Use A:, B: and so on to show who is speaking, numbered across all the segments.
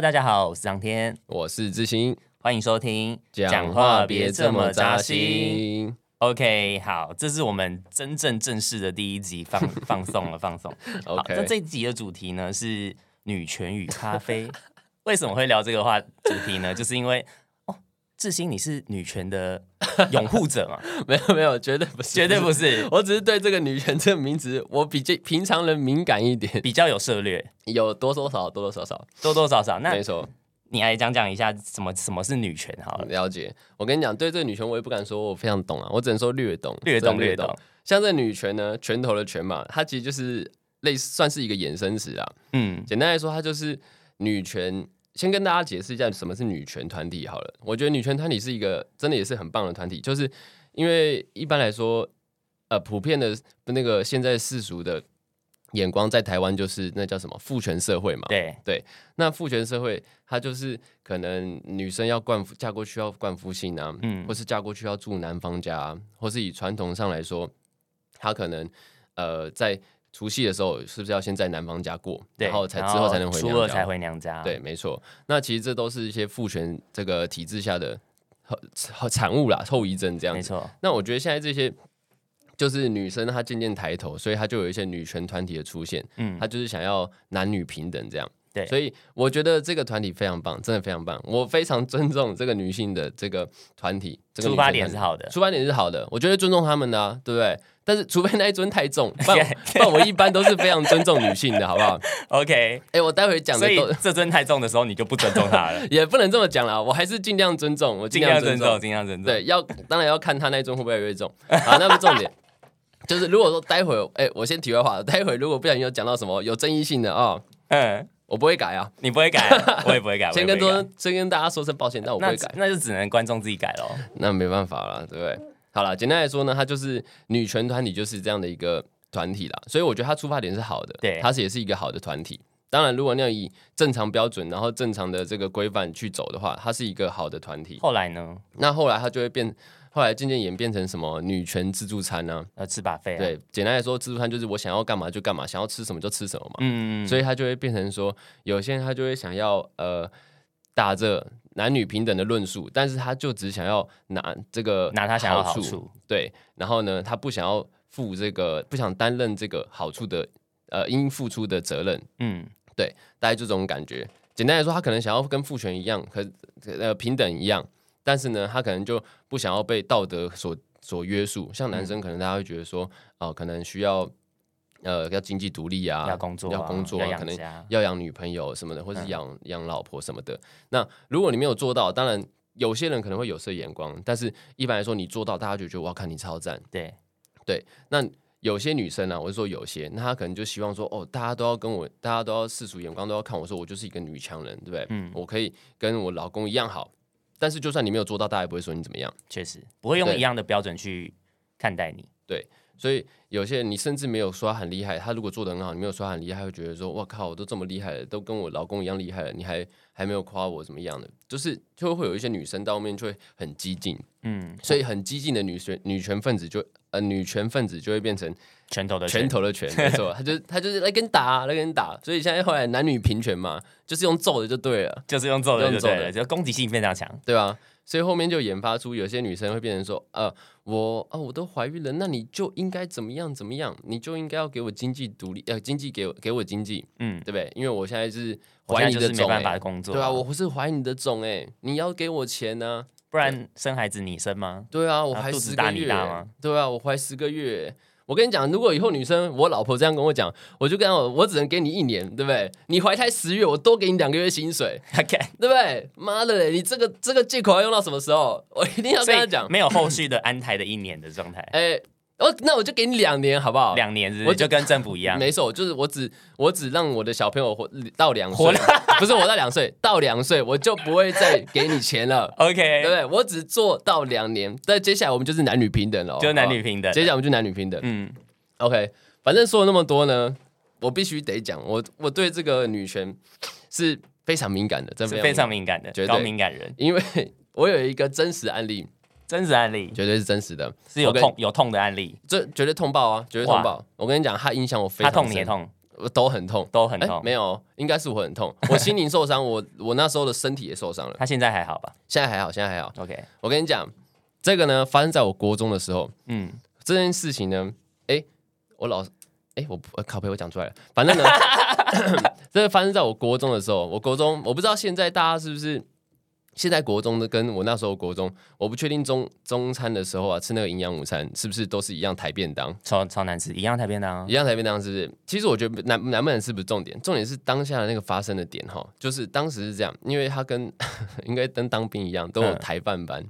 A: 大家好，我是张天，
B: 我是志兴，
A: 欢迎收听。
B: 心。
A: OK，好，这是我们真正正式的第一集， 放放松了，放松。好，那
B: OK，
A: 这一集的主题呢是女权与咖啡。为什么会聊这个话主题呢？就是因为哦，志兴你是女权的拥护者 嘛？
B: 没有没有，绝对不是，
A: 绝对不是，
B: 我只是对这个“女权”这个名词，我比较平常人敏感一点，
A: 比较有涉略，
B: 有多多少少多多少少，
A: 多多少少。那
B: 没错，
A: 你来讲讲一下什么什么是女权好了，
B: 了解。我跟你讲，对这个女权，我也不敢说我非常懂啊，我只能说略懂，
A: 略懂
B: 真的
A: 略懂。。
B: 像这女权呢，拳头的拳嘛，它其实就是类似算是一个衍生词啊。
A: 嗯，
B: 简单来说，它就是女权。先跟大家解释一下什么是女权团体好了。我觉得女权团体是一个真的也是很棒的团体，就是因为一般来说，呃，普遍的那个现在世俗的眼光在台湾就是那叫什么父权社会嘛。
A: 对，
B: 那父权社会，它就是可能女生要冠夫嫁过去要冠夫姓啊，
A: 嗯
B: 或是嫁过去要住男方家、啊，或是以传统上来说，她可能呃在除夕的时候是不是要先在男方家过，
A: 对，
B: 然后才之后才能回
A: 初
B: 娘
A: 二
B: 家？
A: 才回娘家。
B: 对，，没错。那其实这都是一些父权这个体制下的后后产物啦，后遗症这样
A: 没
B: 子。
A: 错。
B: 那我觉得现在这些就是女生她渐渐抬头，所以她就有一些女权团体的出现。
A: 嗯
B: 他，就是想要男女平等这样。
A: 对
B: 所以我觉得这个团体非常棒，真的非常棒。我非常尊重这个女性的这个团体，这个
A: 出
B: 女性
A: 发
B: 团
A: 点是
B: 体
A: 好的。
B: 出发点是好的，我觉得尊重他们的、啊，对不对？但是除非那一尊太重，不然
A: Yeah
B: 不然我一般都是非常尊重女性的，好不好？
A: OK，
B: 哎，我待会讲
A: 所
B: 的
A: 以
B: 都，
A: 这尊太重的时候，你就不尊重他了
B: 也不能这么讲啦，我还是尽量尊重，我
A: 尽
B: 尽
A: 量
B: 尊
A: 尊重，尽量尊重。
B: 对，要当然要看他那一尊会不会越重。好，那不是重点， 就是如果说待会，哎、我先题外话，待会如果不小心有讲到什么有争议性的啊、哦
A: 嗯，
B: 我不会改啊。
A: 你不会改，我也不会改。
B: 先
A: 啊我也
B: 跟
A: 不会
B: 多先跟大家说声抱歉，但我不
A: 改
B: 会
A: 那
B: 改，
A: 那就只能观众自己改喽。
B: 那没办法了，对不对？好了，简单来说呢，它就是女权团体，就是这样的一个团体啦，所以我觉得它出发点是好的，
A: 对
B: 它是也是一个好的团体。当然，如果你要以正常标准，然后正常的这个规范去走的话，它是一个好的团体。
A: 后来呢，
B: 那后来它就会变，后来渐渐演变成什么女权自助餐啊呢、
A: 呃，吃把费。，
B: 对，简单来说，自助餐就是我想要干嘛就干嘛，想要吃什么就吃什么嘛。
A: 嗯，
B: 所以他就会变成说，有些人他就会想要呃打着男女平等的论述，但是他就只想要拿这个
A: 拿他想要的好
B: 好
A: 处，
B: 对，然后呢，他不想要负这个，不想担任这个好处的呃应付出的责任，
A: 嗯，
B: 大概就这种感觉。简单来说，他可能想要跟父权一样，可呃平等一样，但是呢，他可能就不想要被道德所所约束。像男
A: 嗯
B: 生，可能大家会觉得说，哦、可能需要呃要经济独立啊，
A: 要工作啊，
B: 要工作、
A: 要
B: 啊，可
A: 养
B: 能
A: 家。
B: 要养女朋友什么的，或是
A: 嗯
B: 养、养老婆什么的。那如果你没有做到，当然有些人可能会有色眼光，但是一般来说你做到，大家就觉得哇，看你超赞。
A: 对，
B: 那有些女生啊，我是说有些，那她可能就希望说，哦，大家都要跟我，大家都要世俗眼光都要看我说我就是一个女强人，对不对？
A: 嗯
B: 我可以跟我老公一样好。但是就算你没有做到，大家也不会说你怎么样。
A: 确实不会用
B: 对
A: 一样的标准去看待你。
B: 所以有些人你甚至没有说他很厉害，他如果做的很好，你没有说他很厉害，会觉得说哇靠，我都这么厉害了，都跟我老公一样厉害了，你还还没有夸我怎么样的？就是就会有一些女生到后面就会很激进，
A: 嗯，
B: 所以很激进的女权女权分子就呃女权分子就会变成
A: 拳头的
B: 拳头的拳， 没错，他就他就是来跟你打、来跟你打，所以现在后来男女平权嘛，就是用揍的就对了，
A: 就是用揍的
B: 用
A: 就
B: 揍
A: 对
B: 的
A: 了，就攻击性非常强。
B: 对吧？所以后面就研发出有些女生会变成说，呃，我啊我都怀孕了，那你就应该怎么样怎么样，你就应该要给我经济独立，呃，经济给我给我经济，
A: 嗯
B: 对，不对？因为我现在是
A: 我
B: 怀
A: 现
B: 你
A: 在
B: 的
A: 就是没
B: 种、
A: 办法
B: 欸，
A: 工作。
B: 对啊，我是怀你的种哎、你要给我钱啊呢、
A: 不然生孩子你生吗？
B: 对啊，我
A: 啊
B: 怀
A: 肚子
B: 十
A: 大
B: 个
A: 你
B: 月、
A: 大吗
B: 对啊，我怀十个月、我跟你讲，如果以后女生，我老婆这样跟我讲，我就跟她，我只能给你一年，对不对？你怀胎十月，我多给你两个月薪水，对啊不对？妈的嘞，你这个这个借口要用到什么时候？我一定要
A: 所
B: 跟她
A: 以
B: 讲，
A: 没有后续的安排的一年的状态，
B: 哎、哦，那我就给你两年，好不好？
A: 两年是不
B: 哦我
A: 是就跟政府一样，
B: 没错，就是我只我只让我的小朋友活到两
A: 活，
B: 岁，不是我到两岁，到两岁我就不会再给你钱了对不
A: OK，
B: 对？我只做到两年，但接下来我们就是男女平等了，哦
A: 就是男
B: 好不
A: 女
B: 好
A: 平等。
B: 接下来我们就男女平等。
A: 嗯，
B: OK，反正说了那么多呢，我必须得讲，我我对这个女权是非常敏感的，真的
A: 是非
B: 非常
A: 常
B: 敏
A: 敏感的
B: 绝，对
A: 高敏感人，
B: 感，因为 我有一个真实案例，
A: 真实案例
B: 绝对是真实的，
A: 是有
B: OK
A: 痛有痛的案例，
B: 这绝对痛爆啊，绝对痛爆！我跟你讲，它影响我非
A: 他
B: 常深，
A: 痛你也痛，
B: 我都很痛，
A: 都很
B: 哎
A: 痛。
B: 没有，应该是我 很痛，我心灵受伤，我我那时候的身体也受伤了，
A: 他现在还好吧
B: 现在还好，现在还好。
A: ？OK，
B: 我跟你讲，这个呢发生在我国中的时候，
A: 嗯，
B: 这件事情呢，哎，我老哎我呃靠背我讲出来了，反正呢， 这个发生在我国中的时候，我国中我不知道现在大家是不是。现在国中的跟我那时候国中，我不确定中中餐的时候啊，吃那个营养午餐是不是都是一样台便当？
A: 超超难吃，一样台啊便当
B: 一。样台便当是不是？其实我觉得难难不难吃不是重点，重点是当下的那个发生的点哈，就是当时是这样，因为他跟 应该跟当兵一样都有
A: 嗯
B: 台办班，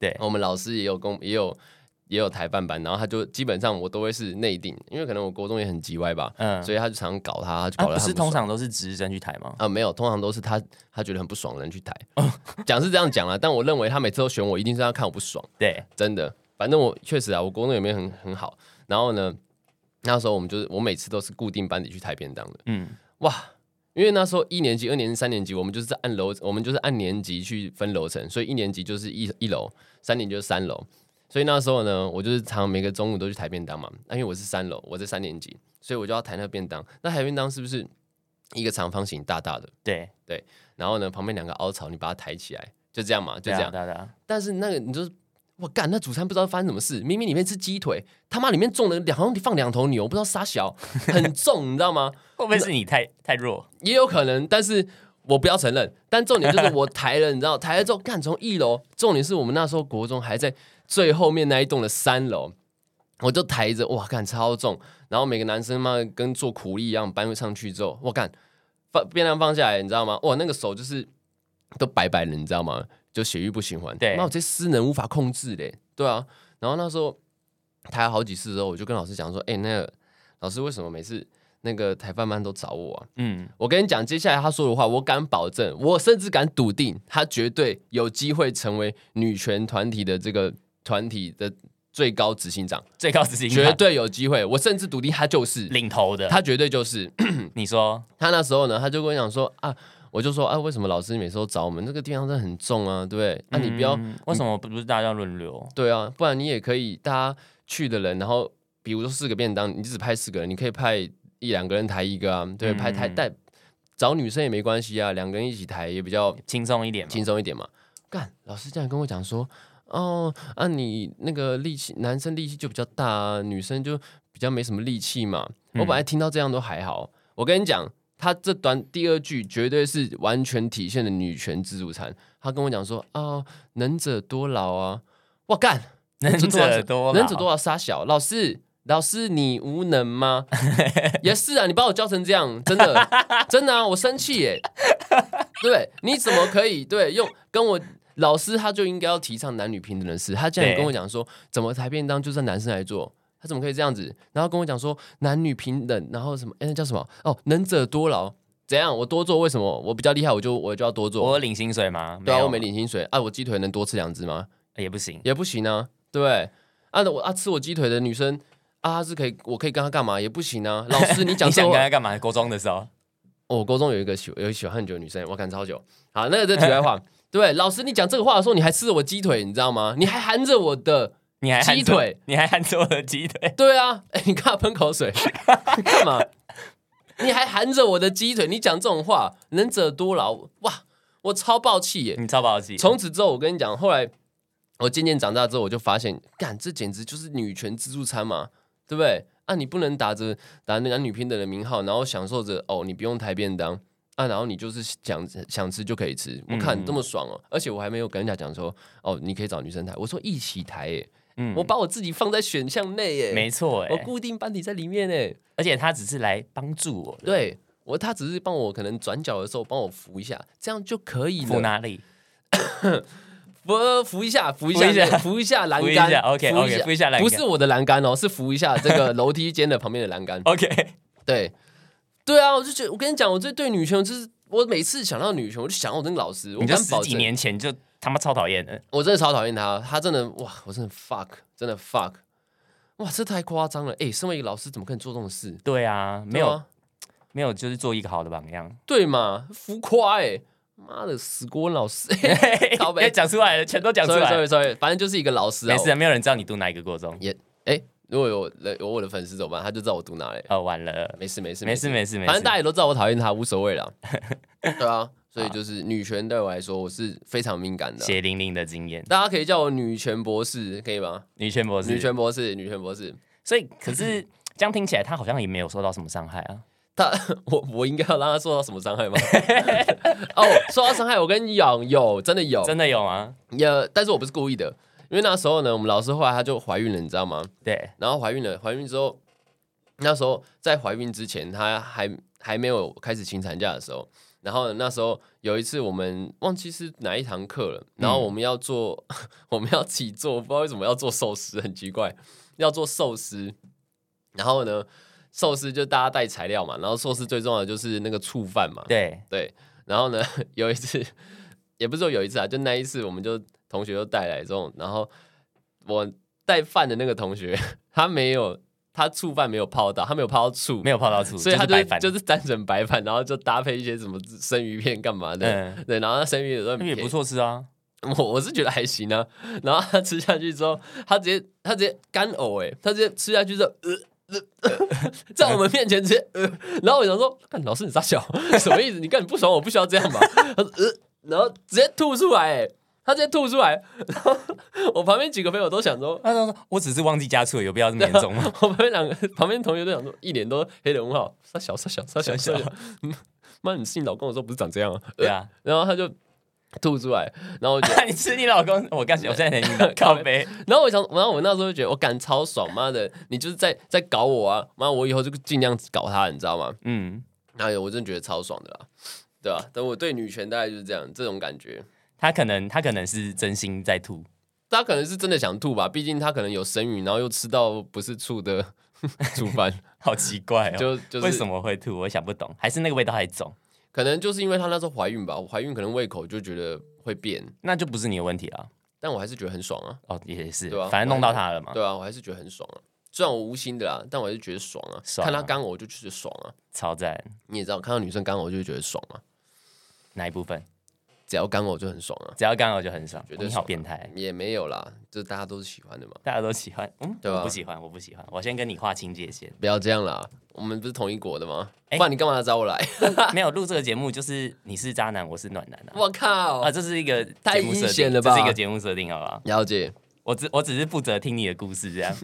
A: 对
B: 我们老师也有跟也有也有台办班，然后他就基本上我都会是内定，因为可能我国中也很叽歪吧，
A: 嗯，
B: 所以他就常搞他，他就
A: 啊，
B: 搞得
A: 不
B: 他
A: 是
B: 很
A: 通
B: 爽
A: 常都是值日生去抬吗？
B: 啊，没有，通常都是他他觉得很不爽的人去抬，
A: 哦
B: 讲是这样讲啦，但我认为他每次都选我，一定是他看我不爽。
A: 对，
B: 真的，反正我确实啊，我国中也没有很很好。然后呢，那时候我们就是我每次都是固定班底去抬便当的，
A: 嗯，
B: 哇！因为那时候一年级、二年级、三年级，我们就是按楼，我们就是按年级去分楼层，所以一年级就是一一楼，三年级就是三楼。所以那时候呢，我就是常每个中午都去抬便当嘛。那因为我是三楼，我在三年级，所以我就要抬那个便当。那抬便当是不是一个长方形大大的？
A: 对，
B: 然后呢，旁边两个凹槽，你把它抬起来，就这样嘛，就
A: 对
B: 这
A: 啊
B: 样。
A: 对啊对啊，
B: 但是那个你就是我干，那主餐不知道发生什么事，明明里面是鸡腿，他妈里面中了两好像放两头牛，不知道杀小，很重，你知道吗？
A: 会不会是你太太弱？
B: 也有可能，但是我不要承认。但重点就是我抬了，你知道，抬了之后干从一楼，重点是我们那时候国中还在最后面那一栋的三楼。我就抬着，哇，干超重，然后每个男生嘛跟做苦力一样搬上去之后，我干放便当放下来，你知道吗？哇，那个手就是都白白的，你知道吗？就血液不循环，
A: 对
B: 那我这失能无法控制嘞，对啊。然后那时候抬了好几次之后，我就跟老师讲说，哎、那个老师为什么每次那个抬饭班都找我啊？
A: 嗯，
B: 我跟你讲，接下来他说的话，我敢保证，我甚至敢笃定，他绝对有机会成为女权团体的这个团体的最高执行长，
A: 最高执行
B: 绝
A: 长
B: 对有机会。我甚至笃定他就是，
A: 领头的。
B: 他绝对就是。
A: 你说，
B: 他那时候呢，他就跟我讲说啊，我就说啊，为什么老师每次都找我们？这个地方真的很重啊，对不对？那、啊、你不要、
A: 嗯为什么不不是大家轮流？
B: 对啊，不然你也可以，大家去的人，然后比如说四个便当，你只派四个人，你可以派一两个人抬一个啊，对，
A: 嗯
B: 派抬带找女生也没关系啊，两个人一起抬也比较
A: 轻松一点嘛。哦
B: 轻松一点嘛。干，老师竟然跟我讲说，哦，啊，你那个力气，男生力气就比较大、啊，女生就比较没什么力气嘛。
A: 嗯
B: 我本来听到这样都还好，我跟你讲，他这段第二句绝对是完全体现了女权自助餐。他跟我讲说，哦，能者多劳啊，我干，
A: 能
B: 这
A: 者多劳，
B: 能者多劳杀小，老师。老师，你无能吗？也是啊，你把我教成这样，真的，真的啊，我生气耶！对，你怎么可以对用跟我老师他就应该要提倡男女平等的事，他竟然
A: 对
B: 跟我讲说怎么抬便当就是男生来做，他怎么可以这样子？然后跟我讲说男女平等，然后什么？哎，那叫什么？哦，能者多劳，怎样？我多做为什么？我比较厉害，我就我就要多
A: 我
B: 做。
A: 有领薪水吗？
B: 对啊，
A: 有
B: 我没领薪水啊，我鸡腿能多吃两只吗？
A: 也不行。
B: 也不行啊，对不对？啊，那我啊吃我鸡腿的女生啊，她是可以，我可以跟她干嘛？也不行 啊。老师，你讲
A: 你
B: 这
A: 想跟
B: 话
A: 他干嘛？国中的时候，
B: 哦我高中有一个喜有一个喜欢很久的女生，我看超久。好，那个这题外 话，对不对？老师，你讲这个话的时候，你还吃着我鸡腿，你知道吗？你还含着我的，
A: 你还含
B: 鸡
A: 着
B: 腿，
A: 你还含着我的鸡腿，
B: 对啊，哎，你干嘛喷口水？ 干嘛？你还含着我的鸡腿，你讲这种话，能者多劳哇！我超爆气耶！
A: 你超暴气。
B: 从此之后，我跟你讲，后来我渐渐长大之后，我就发现，干，这简直就是女权自助餐嘛，对不对？啊，你不能打着打男女平等的名号，然后享受着哦，你不用抬便当啊，然后你就是想想吃就可以吃，我看
A: 嗯
B: 这么爽哦，而且我还没有跟人家讲说哦，你可以找女生抬，我说一起抬耶，
A: 嗯
B: 我把我自己放在选项内 耶，
A: 没错，
B: 我
A: 哎，
B: 固定班底在里面哎，
A: 而且他只是来帮助我的，
B: 对我他只是帮我可能转角的时候帮我扶一下，这样就可以
A: 扶
B: 了。
A: 哪里？
B: 扶扶一下，扶一
A: 扶
B: 下
A: 一下，
B: 扶一下栏
A: 扶一
B: 杆
A: 下，OK
B: 扶一
A: OK，
B: 下
A: 扶一下栏杆，
B: 不是我的栏杆哦，是扶一下这个楼梯间的旁边的栏 杆。
A: OK，
B: 对，对啊，我就觉得，我跟你讲，我这对女权就是，我每次想到女权，我就想到我那个老师，我
A: 你就
B: 敢
A: 十
B: 保
A: 几
B: 证，
A: 年前就他妈超讨厌的，
B: 我真的超讨厌他，他真的哇，我真的 fuck，真的 fuck，哇，这太夸张了，哎，身为一个老师，怎么可以做这种事？
A: 对啊，没
B: 对
A: 有
B: 啊
A: 没有，就是做一个好的榜样。
B: 对嘛，浮夸哎，妈的，死国文老师， 靠北
A: 哎，讲出来了，全都讲出
B: sorry
A: 来
B: sorry，sorry，反正就是一个老师啊
A: 没，事，没有人知道你读哪一个国中。
B: 哎，如果有人有我的粉丝怎么办？他就知道我读哪里。
A: 哦，完了，
B: 没事没事
A: 没事没事没事，
B: 反正大家也都知道我讨厌他，无所谓啦。 对啊，所以就是女权对我来说，我是非常敏感的。
A: 血淋淋的经验，
B: 大家可以叫我女权博士，可以吗？
A: 女权博士，
B: 女权博士，女权博 士。
A: 所以可是这样听起来，他好像也没有受到什么伤害啊。
B: 他我我应该要让他受到什么伤害吗？ 哦，受到伤害，我跟你讲，有真的有，
A: 真的有吗？
B: 也，但是我不是故意的，因为那时候呢，我们老师后来她就怀孕了，你知道吗？
A: 对，
B: 然后怀孕了，怀孕之后，那时候在怀孕之前，她还还没有开始请产假的时候，然后那时候有一次我们忘记是哪一堂课了，然后我们要做， 我们要自己做，不知道为什么要做寿司，很奇怪，要做寿司，然后呢，寿司就大家带材料嘛，然后寿司最重要的就是那个醋饭嘛，
A: 对，
B: 对，然后呢，有一次， 也不是说有一次啊，就那一次，我们就同学就带来这种，然后我带饭的那个同学，他没有，他醋饭没有泡到，他没有泡到醋，
A: 没有泡到醋，
B: 所以他
A: 就
B: 就是
A: 白
B: 是
A: 饭，
B: 就是单纯白饭，然后就搭配一些什么生鱼片干嘛的，
A: 嗯，
B: 对，然后他生鱼有时候
A: 那也不错吃 啊。
B: 我我是觉得还行啊。然后他吃下去之后，他直接他直接干呕哎、他直接吃下去之后，呃。呃 在我们面前直接呃，然后我想说，看老师你傻笑， 什么意思？你看你不爽我不需要这样吧？他说呃，然后直接吐出来、欸，他直接吐出来，然后我旁边几个朋友都想说，
A: 啊他说：“我只是忘记加醋，有必要这么严重吗
B: 我旁边两个旁边同学都想说，一脸都黑人问号，傻小傻小傻小傻小，嗯妈你是你老公的时候不是长这样啊？？”
A: 对 啊，
B: 然后他就吐出来，然后我就
A: 你吃你老公，我刚我现在才明白，啊 靠背，
B: 然后我想，然后我那时候就觉得，我感超爽，妈的，你就是在在搞我啊！妈，我以后就尽量搞他，你知道吗？
A: 嗯，
B: 哎呦，我真的觉得超爽的啦，对吧、但我对女权大概就是这样，这种感觉。
A: 他可能他可能是真心在吐，
B: 他可能是真的想吐吧，毕竟他可能有生鱼，然后又吃到不是醋的 醋饭，
A: 好奇怪哦，
B: 就就是
A: 为什么会吐？我想不懂，还是那个味道还重，
B: 可能就是因为她那时候怀孕吧，怀孕可能胃口就觉得会变，
A: 那就不是你的问题了。
B: 但我还是觉得很爽啊，
A: 哦，也是
B: 对啊，
A: 反正弄到他了嘛。
B: 对啊，我还是觉得很爽啊。虽然我无心的啦，但我还是觉得爽啊。
A: 爽啊
B: 看她干呕我就觉得爽啊，
A: 超赞
B: 你也知道，看到女生干呕我就觉得爽啊，
A: 哪一部分？
B: 只要干呕就很爽啊。
A: 只要干呕就很爽，啊
B: 绝对
A: 你好
B: 爽
A: 变态，
B: 也没有啦，就大家都是喜欢的嘛，
A: 大家都喜欢。嗯，
B: 对啊
A: 我不喜欢，我不喜欢，我先跟你划清界限。
B: 不要这样啦，我们不是同一国的吗？
A: 哎
B: 不然你干嘛找 我来？
A: 没有录这个节目，就是你是渣男，我是暖男啊。
B: 我靠
A: 啊，！这是一个
B: 哦太
A: 节目设
B: 阴
A: 定，
B: 险了
A: 这是一
B: 吧
A: 个节目设定，好不好？
B: 了解，
A: 我只我只是负责听你的故事，这 样。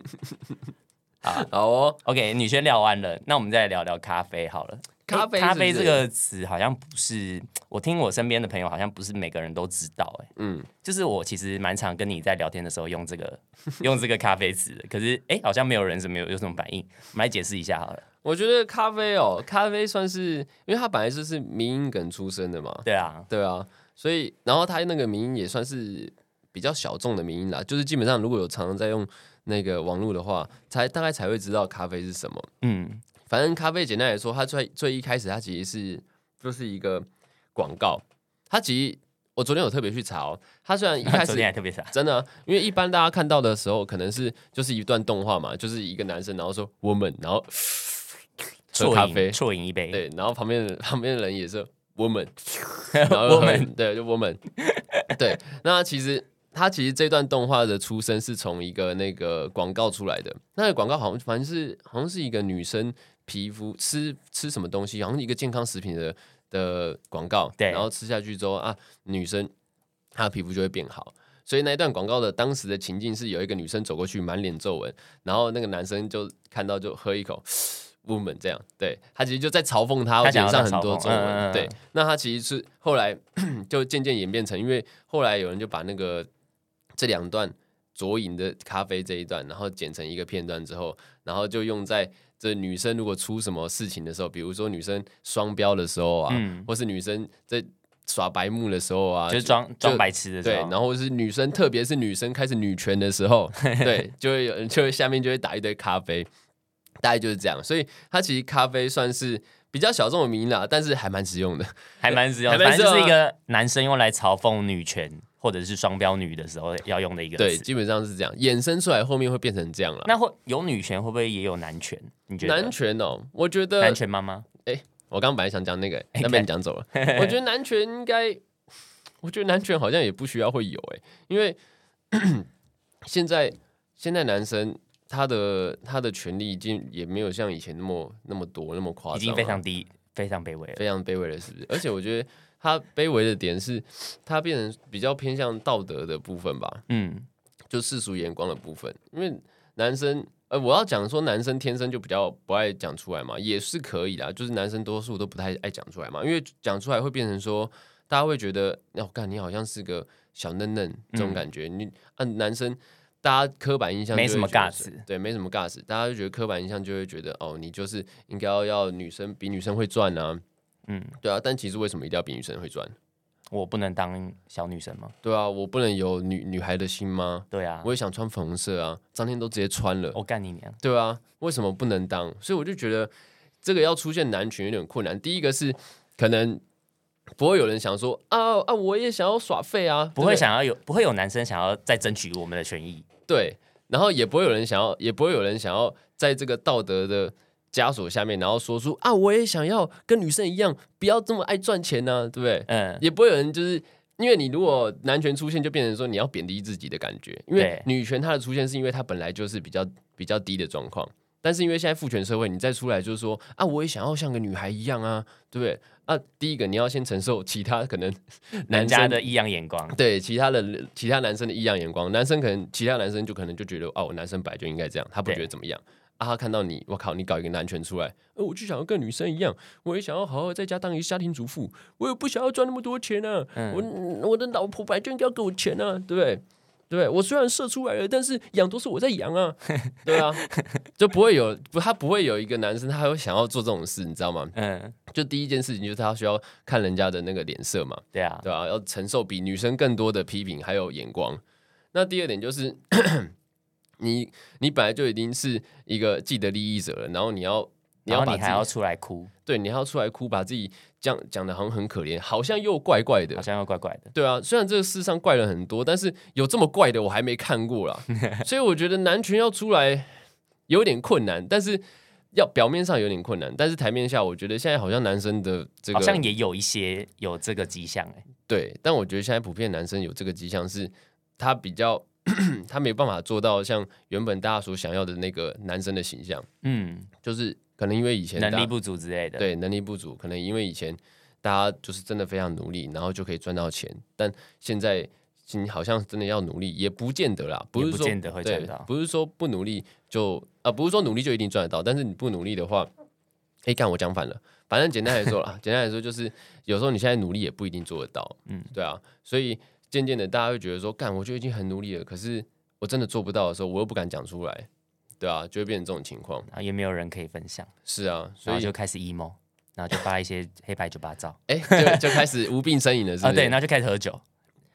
B: 好哦，
A: OK，女生聊完了，那我们再来聊聊咖啡好了。
B: 咖啡
A: 诶咖啡这
B: 是不是
A: 个词好像不是，我听我身边的朋友好像不是每个人都知道、诶，
B: 嗯，
A: 就是我其实蛮常跟你在聊天的时候用这 个用这个咖啡词的，可是哎、诶好像没有人怎么有有什么反应。我们来解释一下好了。
B: 我觉得咖啡哦，咖啡算是，因为他本来就是民营梗出身的嘛，
A: 对啊，
B: 对啊，所以然后他那个民营也算是比较小众的民营啦，就是基本上如果有常常在用那个网络的话，才大概才会知道咖啡是什么。
A: 嗯，
B: 反正咖啡简单来说，它最最一开始它其实是就是一个广告，它其实我昨天有特别去查、哦，它虽然一 开始
A: 昨天还特别傻，
B: 真的啊、因为一般大家看到的时候，可能是就是一段动画嘛，就是一个男生然后说 woman，然后 喝
A: 啜
B: 咖
A: 饮
B: 啡，
A: 啜饮一杯，
B: 对，然后旁边的旁边的人也是 woman，然后就喝
A: Woman
B: 对，就 woman，对，那其实。它其实这段动画的出身是从一个那个广告出来的，那个广告好像反正是好像是一个女生皮肤吃吃什么东西，好像一个健康食品的的广告，
A: 对
B: 然后吃下去之后啊，女生她的皮肤就会变好。所以那一段广告的当时的情境是有一个女生走过去，满脸皱纹，然后那个男生就看到就喝一口 woman 这样，对他其实就在嘲讽他
A: 他
B: 脸
A: 想要
B: 上
A: 在
B: 很多
A: 嘲讽
B: 皱纹，
A: 嗯嗯嗯
B: 对。那他其实是后来 就渐渐演变成，因为后来有人就把那个这两段左影的咖啡这一段，然后剪成一个片段之后，然后就用在这女生如果出什么事情的时候，比如说女生双标的时候啊，
A: 嗯
B: 或是女生在耍白目的时候啊，
A: 就是装装白痴的时
B: 对，
A: 候，
B: 然后是女生，特别是女生开始女权的 时候，对，就会有人就会下面就会打一堆咖啡，大概就是这样。所以它其实咖啡算是比较小众的名啦，但是还蛮实用的。
A: 还蛮实用的，
B: 还蛮
A: 反
B: 实
A: 正
B: 用
A: 就是
B: 啊
A: 一个男生用来嘲讽女权或者是双标女的时候要用的一个
B: 对，
A: 词。
B: 基本上是这样，衍生出来后面会变成这样了。
A: 那会有女权会不会也有男权？你觉得
B: 男权哦，我觉得
A: 男权妈妈？
B: 我刚刚本来想讲 那个，
A: 哎
B: 但被你讲走了。我觉得男权应该，我觉得男权好欸 像也不需要会有哎、因为现在现在男生他的他的权利已经也没有像以前那么那么多那么夸张了，
A: 已经非常低，非常卑微了。
B: 非常卑微了，是不是？而且我觉得他卑微的点是，他变成比较偏向道德的部分吧，
A: 嗯，
B: 就世俗眼光的部分。因为男生，呃，我要讲说男生天生就比较不爱讲出来嘛，也是可以啦。就是男生多数都不太爱讲出来嘛，因为讲出来会变成说，大家会觉得，哦，干你好像是个小嫩嫩这种感觉。你啊，男生。大家刻板印象
A: 嗯
B: 就会
A: 没什么
B: 觉得
A: guts
B: 是对，没什么 gas，大家就觉得刻板印象就会觉得哦，你就是应该要要女生比女生会赚啊，
A: 嗯，
B: 对啊，但其实为什么一定要比女生会赚？
A: 我不能当小女生吗？
B: 对啊，我不能有女女孩的心吗？
A: 对啊
B: 我，也想穿粉红色啊，张天都直接穿了，
A: 我干你娘！
B: 对啊，为什么不能当？所以我就觉得这个要出现男群有点困难。第一个是可能不会有人想说啊啊，我也想要耍废啊，
A: 不会
B: 对对
A: 想要有，不会有男生想要再争取我们的权益。
B: 对，然后也不会有人想要，也不会有人想要在这个道德的枷锁下面，然后说出啊，我也想要跟女生一样，不要这么爱赚钱呢、对不对？
A: 嗯，
B: 也不会有人就是。因为你如果男权出现，就变成说你要贬低自己的感觉。因为
A: 对
B: 女权它的出现是因为它本来就是比较比较低的状况，但是因为现在父权社会，你再出来就是说啊，我也想要像个女孩一样啊，对不对？啊，第一个你要先承受其他可能
A: 人
B: 男
A: 家
B: 生
A: 的异样眼光，
B: 对其他的其他男生的异样眼光，男生可能其他男生就可能就觉得哦，我男生本来就应该这样，他不
A: 对
B: 觉得怎么样。啊，他看到你，我靠，你搞一个男权出来，呃，我就想要跟女生一样，我也想要好好在家当一个家庭主妇，我也不想要赚那么多钱啊，我我的老婆本来就应该要给我钱啊，对不对？对不对，我虽然射出来了，但是养都是我在养啊，对啊，就不会有不，他不会有一个男生他会想要做这种事，你知道吗？
A: 嗯，
B: 就第一件事情就是他需要看人家的那个脸色嘛，
A: 对啊，
B: 对啊，要承受比女生更多的批评还有眼光。那第二点就是，你你本来就已经是一个既得利益者了，然后你要你
A: 然
B: 要
A: 后
B: 把
A: 你
B: 自
A: 还要
B: 己
A: 出来哭，
B: 对你还要出来哭，把自己讲讲的好像很可怜，好像又怪怪的
A: 好，像又怪怪的。
B: 对啊，虽然这个世上怪人很多，但是有这么怪的我还没看过 啦。所以我觉得男权要出来有点困难，但是要表面上有点困难，但是台面下我觉得现在好像男生的这个
A: 好像也有一些有这个迹象哎、
B: 对，但我觉得现在普遍男生有这个迹象是，他比较 他没办法做到像原本大家所想要的那个男生的形象，
A: 嗯，
B: 就是可能因为以前
A: 能
B: 大
A: 力
B: 家
A: 不足之类的。，
B: 对能力不足，可能因为以前大家就是真的非常努力，然后就可以赚到钱，但现在你好像真的要努力，也不见得啦，不
A: 也
B: 是
A: 不
B: 说
A: 见得会
B: 对
A: 赚到，
B: 不是说不努力就啊、不是说努力就一定赚得到，但是你不努力的话，哎，干我讲反了。反正简单来说啦， 简单来说就是有时候你现在努力也不一定做得到，嗯
A: 嗯，
B: 对啊，所以渐渐的大家会觉得说，干我就已经很努力了，可是我真的做不到的时候，我又不敢讲出来，对啊，就会变成这种情况。
A: 然后也没有人可以分享，
B: 是啊，
A: 然
B: 所
A: 后
B: 以
A: 就开始 emo，然后就发一些黑白酒吧照
B: 哎、就就开始无病呻吟了，是不
A: 啊，
B: 是？
A: 对，然后就开始喝酒。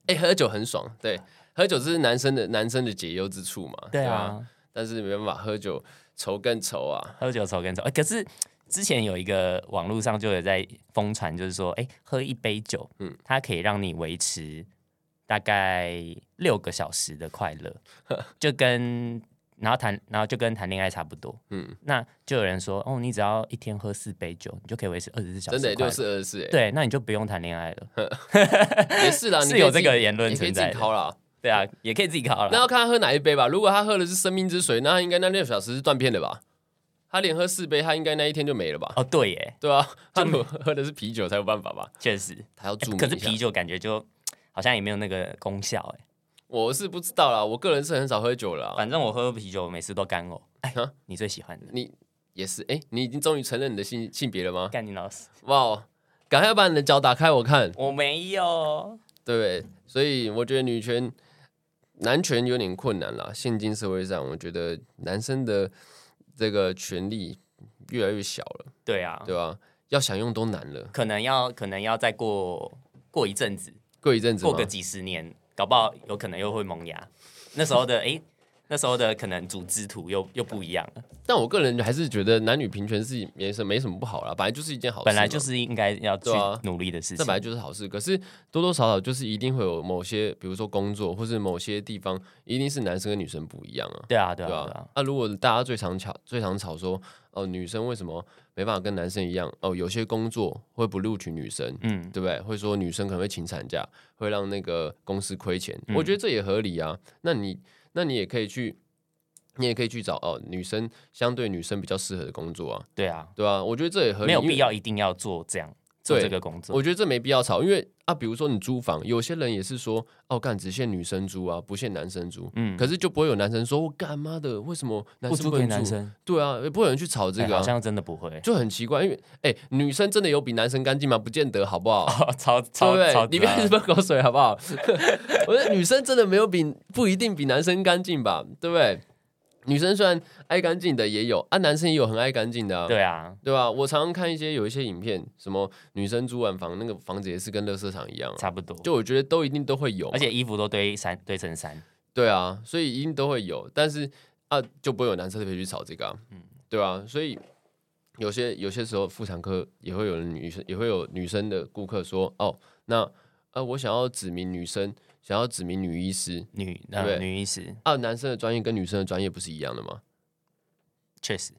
B: 哎、喝酒很爽，对，喝酒这是男生的男生的解忧之处嘛，
A: 对啊，
B: 但是没办法，喝酒愁更愁啊，
A: 喝酒愁更愁。哎，可是之前有一个网络上就有在疯传，就是说，哎，喝一杯酒，
B: 嗯
A: 嗯，它可以让你维持大概六个小时的快 乐，就跟然后谈，然后就跟谈恋爱差不多。
B: 嗯，
A: 那就有人说，哦，你只要一天喝四杯酒，你就可以维持二十四小时
B: 真的
A: 快乐。
B: 六四二四，哎，
A: 对，那你就不用谈恋爱了。
B: 也是啦，
A: 是
B: 你可以
A: 有
B: 自己
A: 这个言论
B: 你可以
A: 存
B: 自己
A: 在的
B: 掏啦。
A: 对啊，也可以自己搞
B: 那
A: 了。
B: 要看他喝哪一杯吧。如果他喝的是生命之水，那他应该那六小时是断片的吧？他连喝四杯，他应该那一天就没了吧？
A: 哦，对耶，
B: 对啊，他如果喝的是啤酒才有办法吧？
A: 确实。
B: 他要
A: 欸
B: 注明
A: 可是
B: 一下
A: 啤酒感觉就好像也没有那个功效哎。
B: 我是不知道啦，我个人是很少喝酒啦。
A: 反正我喝啤酒每次都干呕。哎
B: 啊，
A: 你最喜欢的？
B: 你也是，哎、你已经终于承认你的性性别了吗？
A: 干你老师！
B: 哇哦，赶快把你的脚打开，我看，
A: 我没有。
B: 对不对？所以我觉得女权、男权有点困难啦。现今社会上，我觉得男生的这个权利越来越小了。
A: 对啊，
B: 对吧？要享用都难了，
A: 可能要可能要再过过一阵子，
B: 过一阵子吗
A: 过个几十年，搞不好有可能又会萌芽。那时候的哎，那时候的可能组织图又又不一样了。
B: 但我个人还是觉得男女平权是没什没什么不好啦，本来就是一件好事嘛，
A: 本来就是应该要去
B: 对啊
A: 努力的事
B: 这本来
A: 情。
B: 就是好事。可是多多少少就是一定会有某些，比如说工作或是某些地方，一定是男生跟女生不一样啊，
A: 对啊，对
B: 对
A: 啊，
B: 吧、
A: 对啊。
B: 那、如果大家最常吵最常吵说哦、女生为什么没办法跟男生一样？哦，有些工作会不录取女生。
A: 嗯，
B: 对不对？会说女生可能会请产假，
A: 嗯
B: 会让那个公司亏钱，我觉得这也合理啊。那你那你也可以去你也可以去找哦，女生相对女生比较适合的工作啊，
A: 对啊，
B: 对啊，我觉得这也合理，
A: 没有
B: 因为
A: 必要一定要做这样做
B: 对
A: 这个工作。
B: 我觉得这没必要吵，因为啊，比如说你租房，有些人也是说，哦，干只限女生租啊，不限男生租。
A: 嗯，
B: 可是就不会有男生说，我干妈的，为什么男
A: 不
B: 生
A: 租
B: 不
A: 给
B: 能
A: 男
B: 住？
A: 生，
B: 对啊，也不会有人去吵这
A: 哎
B: 个、
A: 好
B: 啊，
A: 像真的不会，
B: 就很奇怪。因为哎、女生真的有比男生干净吗？不见得，好不好？
A: 超
B: 对
A: 哦超
B: 不对
A: 超？
B: 你不要一直喷口水好不好？ 我觉得女生真的没有比不一定比男生干净吧，对不对？女生虽然爱干净的也有啊，男生也有很爱干净的啊。
A: 对啊，
B: 对吧？我常常看一些有一些影片，什么女生租完房，那个房子也是跟垃圾场一样啊、
A: 差不多。
B: 就我觉得都一定都会有嘛，
A: 而且衣服都堆三堆成山，
B: 对啊，所以一定都会有，但是啊，就不会有男生特别去吵这个、啊，
A: 嗯
B: 对啊，所以有些有些时候妇产科也会有人女生也会有女生的顾客说，哦，那呃，我想要指明女生，想要指明女医师
A: 女呃
B: 对
A: 女医师
B: 啊，男生的专业跟女生的专业不是一样的吗？
A: 确实。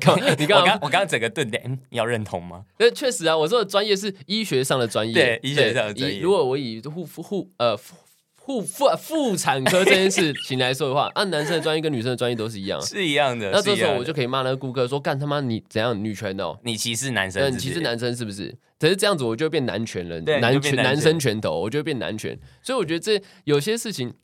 B: 干嘛你干
A: 我
B: 嘛
A: 刚我刚整个顿点，嗯，你要认同 吗？
B: 那确实啊，我说的专业是医学上的专业，
A: 对医学上的
B: 以
A: 专业
B: 如果我以护护护呃护护妇妇产科这件事情来说的话，啊按、男生的专业跟女生的专业都是一样啊。
A: 是一样的。
B: 那
A: 呃
B: 这
A: 是一
B: 时
A: 样
B: 候
A: 的
B: 我就可以骂那个顾客说：“干他妈你怎样女权哦？
A: 你歧视男生是
B: 嗯，
A: 不是，
B: 歧视男生是不是？”可是这样子我就会变男权人，
A: 对你就
B: 男
A: 变
B: 权
A: 男权
B: 男生拳头，我就会变男权。所以我觉得这有些事情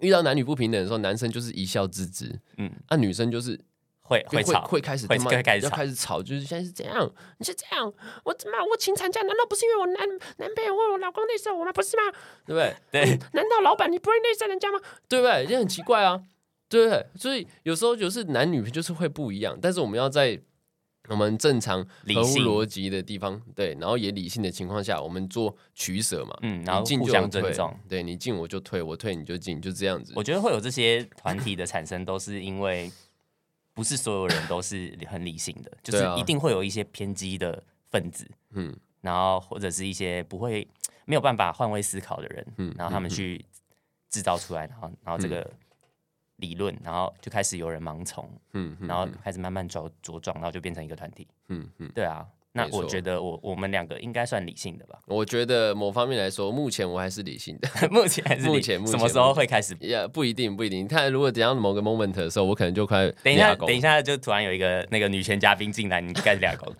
B: 遇到男女不平等的时候，男生就是一笑置之，
A: 嗯
B: 嗯，啊，女生就是
A: 会
B: 会
A: 会吵，
B: 会开始
A: 会
B: 他妈
A: 会开始
B: 要
A: 吵
B: 开始吵，就是现在是这样，你是这样，我怎么我请产假？难道不是因为我男男朋友或我老公内射我吗？不是吗？对不对？
A: 对，
B: 难道老板你不会内射人家吗？对不对？这很奇怪啊，对不对？所以有时候就是男女就是会不一样，但是我们要在我们正常
A: 理
B: 合乎
A: 性
B: 逻辑的地方，对，然后也理性的情况下，我们做取舍嘛，
A: 嗯，然后
B: 你进
A: 互
B: 就
A: 相
B: 有退
A: 尊重。，
B: 对你进我就退，我退你就进，就这样子。
A: 我觉得会有这些团体的产生，都是因为不是所有人都是很理性的，就
B: 对
A: 是
B: 啊
A: 一定会有一些偏激的分子，
B: 嗯，
A: 然后或者是一些不会没有办法换位思考的人，
B: 嗯
A: 然后他们去制造出来，然后然后这个理论，然后就开始有人盲从，
B: 嗯，嗯
A: 然后开始慢慢茁茁壮，然后就变成一个团体。
B: 嗯嗯。
A: 对啊，那
B: 没错
A: 我觉得我我们两个应该算理性的吧，
B: 我觉得某方面来说，目前我还是理性的，
A: 目前还是理
B: 目前目前
A: 什么时候会开始？
B: 也、不一定不一定。你看，如果等一下某个 moment 的时候，我可能就快
A: 等一下，
B: 俩拱
A: 等一下，就突然有一个那个女权嘉宾进来，你就开始 俩狗，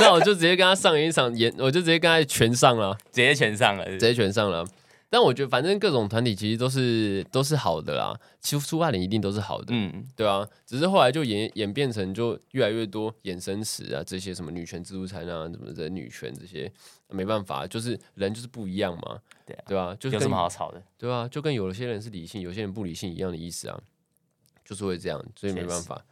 B: 那我就直接跟他上演一场演，我就直接跟他全上了，
A: 直接全上了。
B: 直接全上了。但我觉得，反正各种团体其实都是都是好的啦，其实出发点一定都是好的，
A: 嗯，
B: 对啊。只是后来就演演变成就越来越多衍生词啊，这些什么女权自助餐啊，什么的女权这些，没办法，就是人就是不一样嘛，
A: 对啊
B: 对啊，就是
A: 有
B: 跟
A: 什么好吵的？
B: 对啊，就跟有些人是理性，有些人不理性一样的意思啊，就是会这样，所以没
A: 确
B: 办
A: 实
B: 法。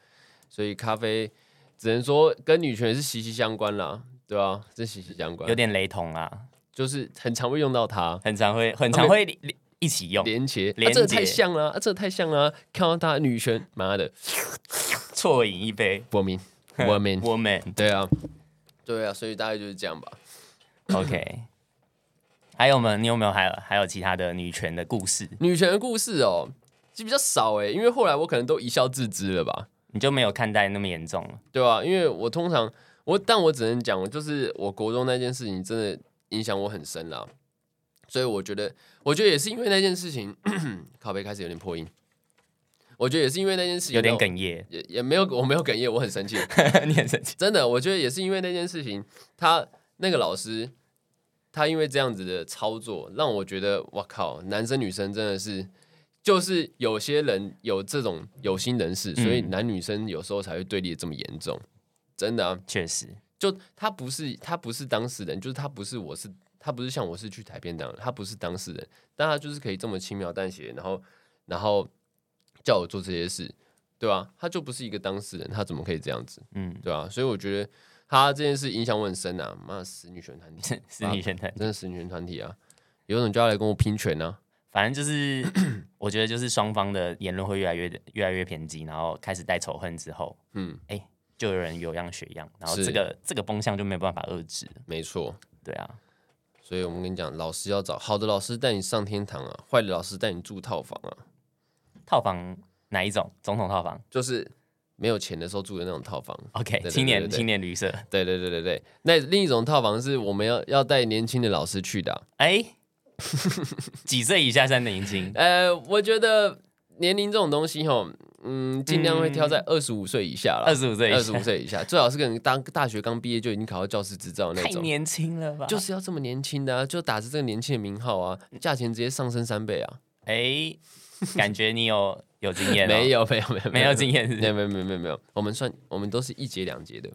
B: 所以咖啡只能说跟女权是息息相关啦，对啊，这息息相关，
A: 有点雷同啦，
B: 就是很常会用到它
A: 很常会，很常会连一起用，
B: 连结，
A: 连
B: 啊、这个太
A: 结
B: 像了啊、啊，这个太像了啊、看到它女权，妈的，
A: 错饮一杯。
B: 我 明我明，
A: 我们
B: 对啊，对啊，所以大概就是这样吧。
A: OK。还有吗？你有没有还有还有其他的女权的故事？
B: 女权的故事哦，其实比较少诶，因为后来我可能都一笑置之了吧。
A: 你就没有看待那么严重了？
B: 对啊，因为我通常我，但我只能讲，我就是我国中那件事情真的影响我很深啦。所以我觉得，我觉得也是因为那件事情， 靠背开始有点破音。我觉得也是因为那件事情，
A: 有点，哽咽，
B: 也也没有，我没有哽咽，我很生气。
A: 你很生气。
B: 真的，我觉得也是因为那件事情，他那个老师，他因为这样子的操作，让我觉得，哇靠，男生女生真的是，就是有些人有这种有心人士，所以
A: 嗯
B: 男女生有时候才会对立得这么严重，真的啊，
A: 确实，
B: 就他不是他不是当事人，就是他不是我是他不是像我是去台便当的，他不是当事人，但他就是可以这么轻描淡写，然后然后叫我做这些事，对吧、他就不是一个当事人，他怎么可以这样子？
A: 嗯，
B: 对啊，所以我觉得他这件事影响我很深啊，妈死女权团体，
A: 是女权团体。
B: 真的死女权团体啊，有种就要来跟我拼拳啊，
A: 反正就是， 我觉得就是双方的言论会越来越越来越偏激，然后开始带仇恨之后，
B: 嗯，
A: 就有人有样学样，然后
B: 是
A: 这个这个风向就没有办法遏制了。
B: 没错，
A: 对啊，
B: 所以我们跟你讲，老师要找好的老师带你上天堂啊，坏的老师带你住套房啊，
A: 套房哪一种？总统套房
B: 就是没有钱的时候住的那种套房。
A: ？OK，
B: 对对
A: 青年
B: 对对对
A: 青年旅社。
B: 对对对对对，那另一种套房是我们要要带年轻的老师去的啊、
A: 哎，几岁以下算年轻？
B: 呃，我觉得年龄这种东西吼，嗯，尽量会挑在二十五岁以下啦，
A: 25岁以下
B: 二十五岁以下，最好是跟人当大学刚毕业就已经考到教师执照那
A: 太
B: 种，
A: 年轻了吧？
B: 就是要这么年轻的、啊，就打着这个年轻的名号啊，价钱直接上升三倍啊！
A: 哎、感觉你有有经验、哦，
B: 没有，没有，没有，
A: 没有经验是不
B: 没
A: 是
B: 有，没有，没有，没有，没有，我们算，我们都是一节两节的，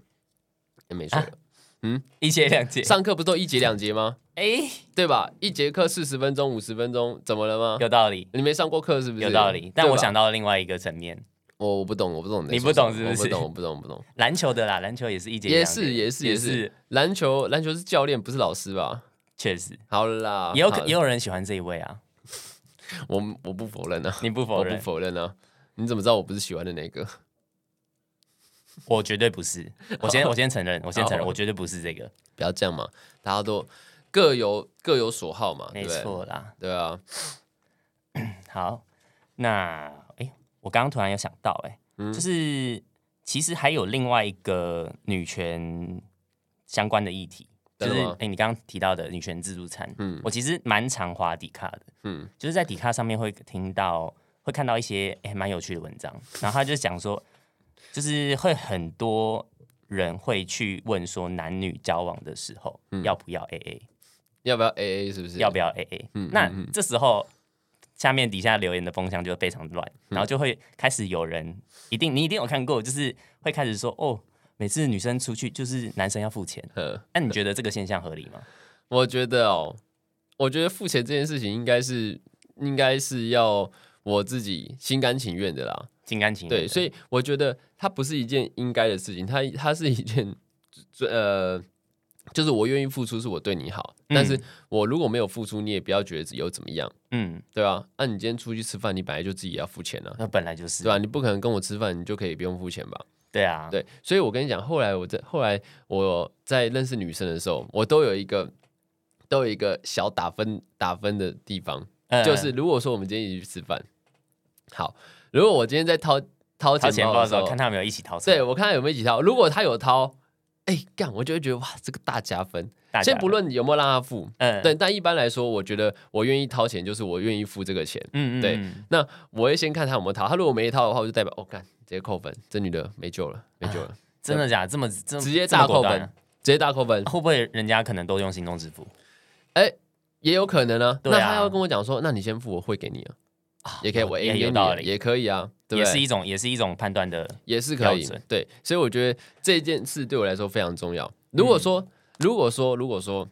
B: 也没错
A: 啊。一节两节，
B: 上课不是都一节两节吗？
A: 哎、
B: 对吧？一节课四十分钟、五十分钟，怎么了吗？
A: 有道理，
B: 你没上过课是不是？
A: 有道理。但
B: 对
A: 我
B: 吧哦
A: 想，到另外一个层面，
B: 我我不懂，我不懂在
A: 你
B: 说
A: 不懂
B: 什么
A: 是不是
B: 我不懂，我不懂，我不懂。
A: 篮球的啦，篮球 也是一节
B: 也
A: 两节
B: 是，也是，也是。篮球，篮球是教练，不是老师吧？
A: 确实，
B: 好了啦，
A: 也有
B: 啊好
A: 可
B: 了
A: 也有人喜欢这一位啊，
B: 我我不否认啊，
A: 你不否
B: 我不
A: 认？
B: 否认啊。你怎么知道我不是喜欢的那个？
A: 我绝对不是，我先我先承认，我先承认，
B: 好
A: 我绝对不是这个，
B: 不要这样嘛，大家都各有各有所好嘛，对
A: 没
B: 不对？
A: 错啦。
B: 对啊，
A: 好，那哎、诶我刚刚突然有想到、诶哎、
B: 嗯
A: 就是其实还有另外一个女权相关的议题，就
B: 真
A: 是
B: 的
A: 哎
B: 吗、
A: 诶你刚刚提到的女权自助餐，
B: 嗯
A: 我其实蛮常滑底卡的，
B: 嗯，
A: 就是在底卡上面会听到、会看到一些哎蛮、有趣的文章，然后他就讲说，就是会很多人会去问说，男女交往的时候、
B: 嗯
A: 要不要 AA，
B: 要不要 AA 是不是？
A: 要不要 AA？
B: 嗯
A: 那
B: 嗯嗯
A: 这时候下面底下留言的风向就非常乱，
B: 嗯
A: 然后就会开始有人一定你一定有看过，就是会开始说哦，每次女生出去就是男生要付钱，
B: 呃，
A: 那你觉得这个现象合理吗？
B: 我觉得哦，我觉得付钱这件事情应该是应该是要我自己心甘情愿的啦。
A: 心甘情愿的。
B: 对，所以我觉得它不是一件应该的事情，它它是一件呃，就是我愿意付出是我对你好，
A: 嗯
B: 但是我如果没有付出，你也不要觉得有怎么样，
A: 嗯，
B: 对吧、啊？那、你今天出去吃饭，你本来就自己要付钱啊，
A: 那本来就是
B: 对吧、你不可能跟我吃饭，你就可以不用付钱吧？
A: 对啊，
B: 对，所以我跟你讲，后来我在后来我在认识女生的时候，我都有一个都有一个小打分打分的地方，
A: 嗯
B: 就是如果说我们今天一起去吃饭，好，如果我今天在掏掏
A: 掏
B: 钱
A: 钱
B: 包
A: 包
B: 的
A: 的
B: 时
A: 时候
B: 候，
A: 看他有没有一起掏出来，
B: 对我看他有没有一起掏，如果他有掏，哎、干，我就会觉得哇，这个大加分。
A: 大家
B: 先不，论有没有让他付，
A: 嗯
B: 对，但一般来说，我觉得我愿意掏钱，就是我愿意付这个钱。
A: 嗯嗯，
B: 对
A: 嗯
B: 那我会先看他有没有掏，他如果没掏的话，我就代表哦，干，直接扣分，这女的没救了，没救了。
A: 真的假的？这么这么
B: 直接
A: 这么
B: 大
A: 果
B: 扣
A: 断
B: 分，
A: 啊
B: 直接大扣分，
A: 会不会人家可能都用行动支付？
B: 也有可能啊。
A: 对啊哦
B: 那他要跟我讲说，那你先付，我汇给你啊，也可以，我 A
A: 也
B: 给
A: 有
B: 你
A: 道
B: 啊，
A: 理，
B: 也可以啊，对
A: 也
B: 不
A: 是
B: 对？
A: 一种也是一种判断的，
B: 也是可
A: 标
B: 以
A: 准，
B: 对，所以我觉得这件事对我来说非常重要。
A: 嗯
B: 如果说，如果说，如果说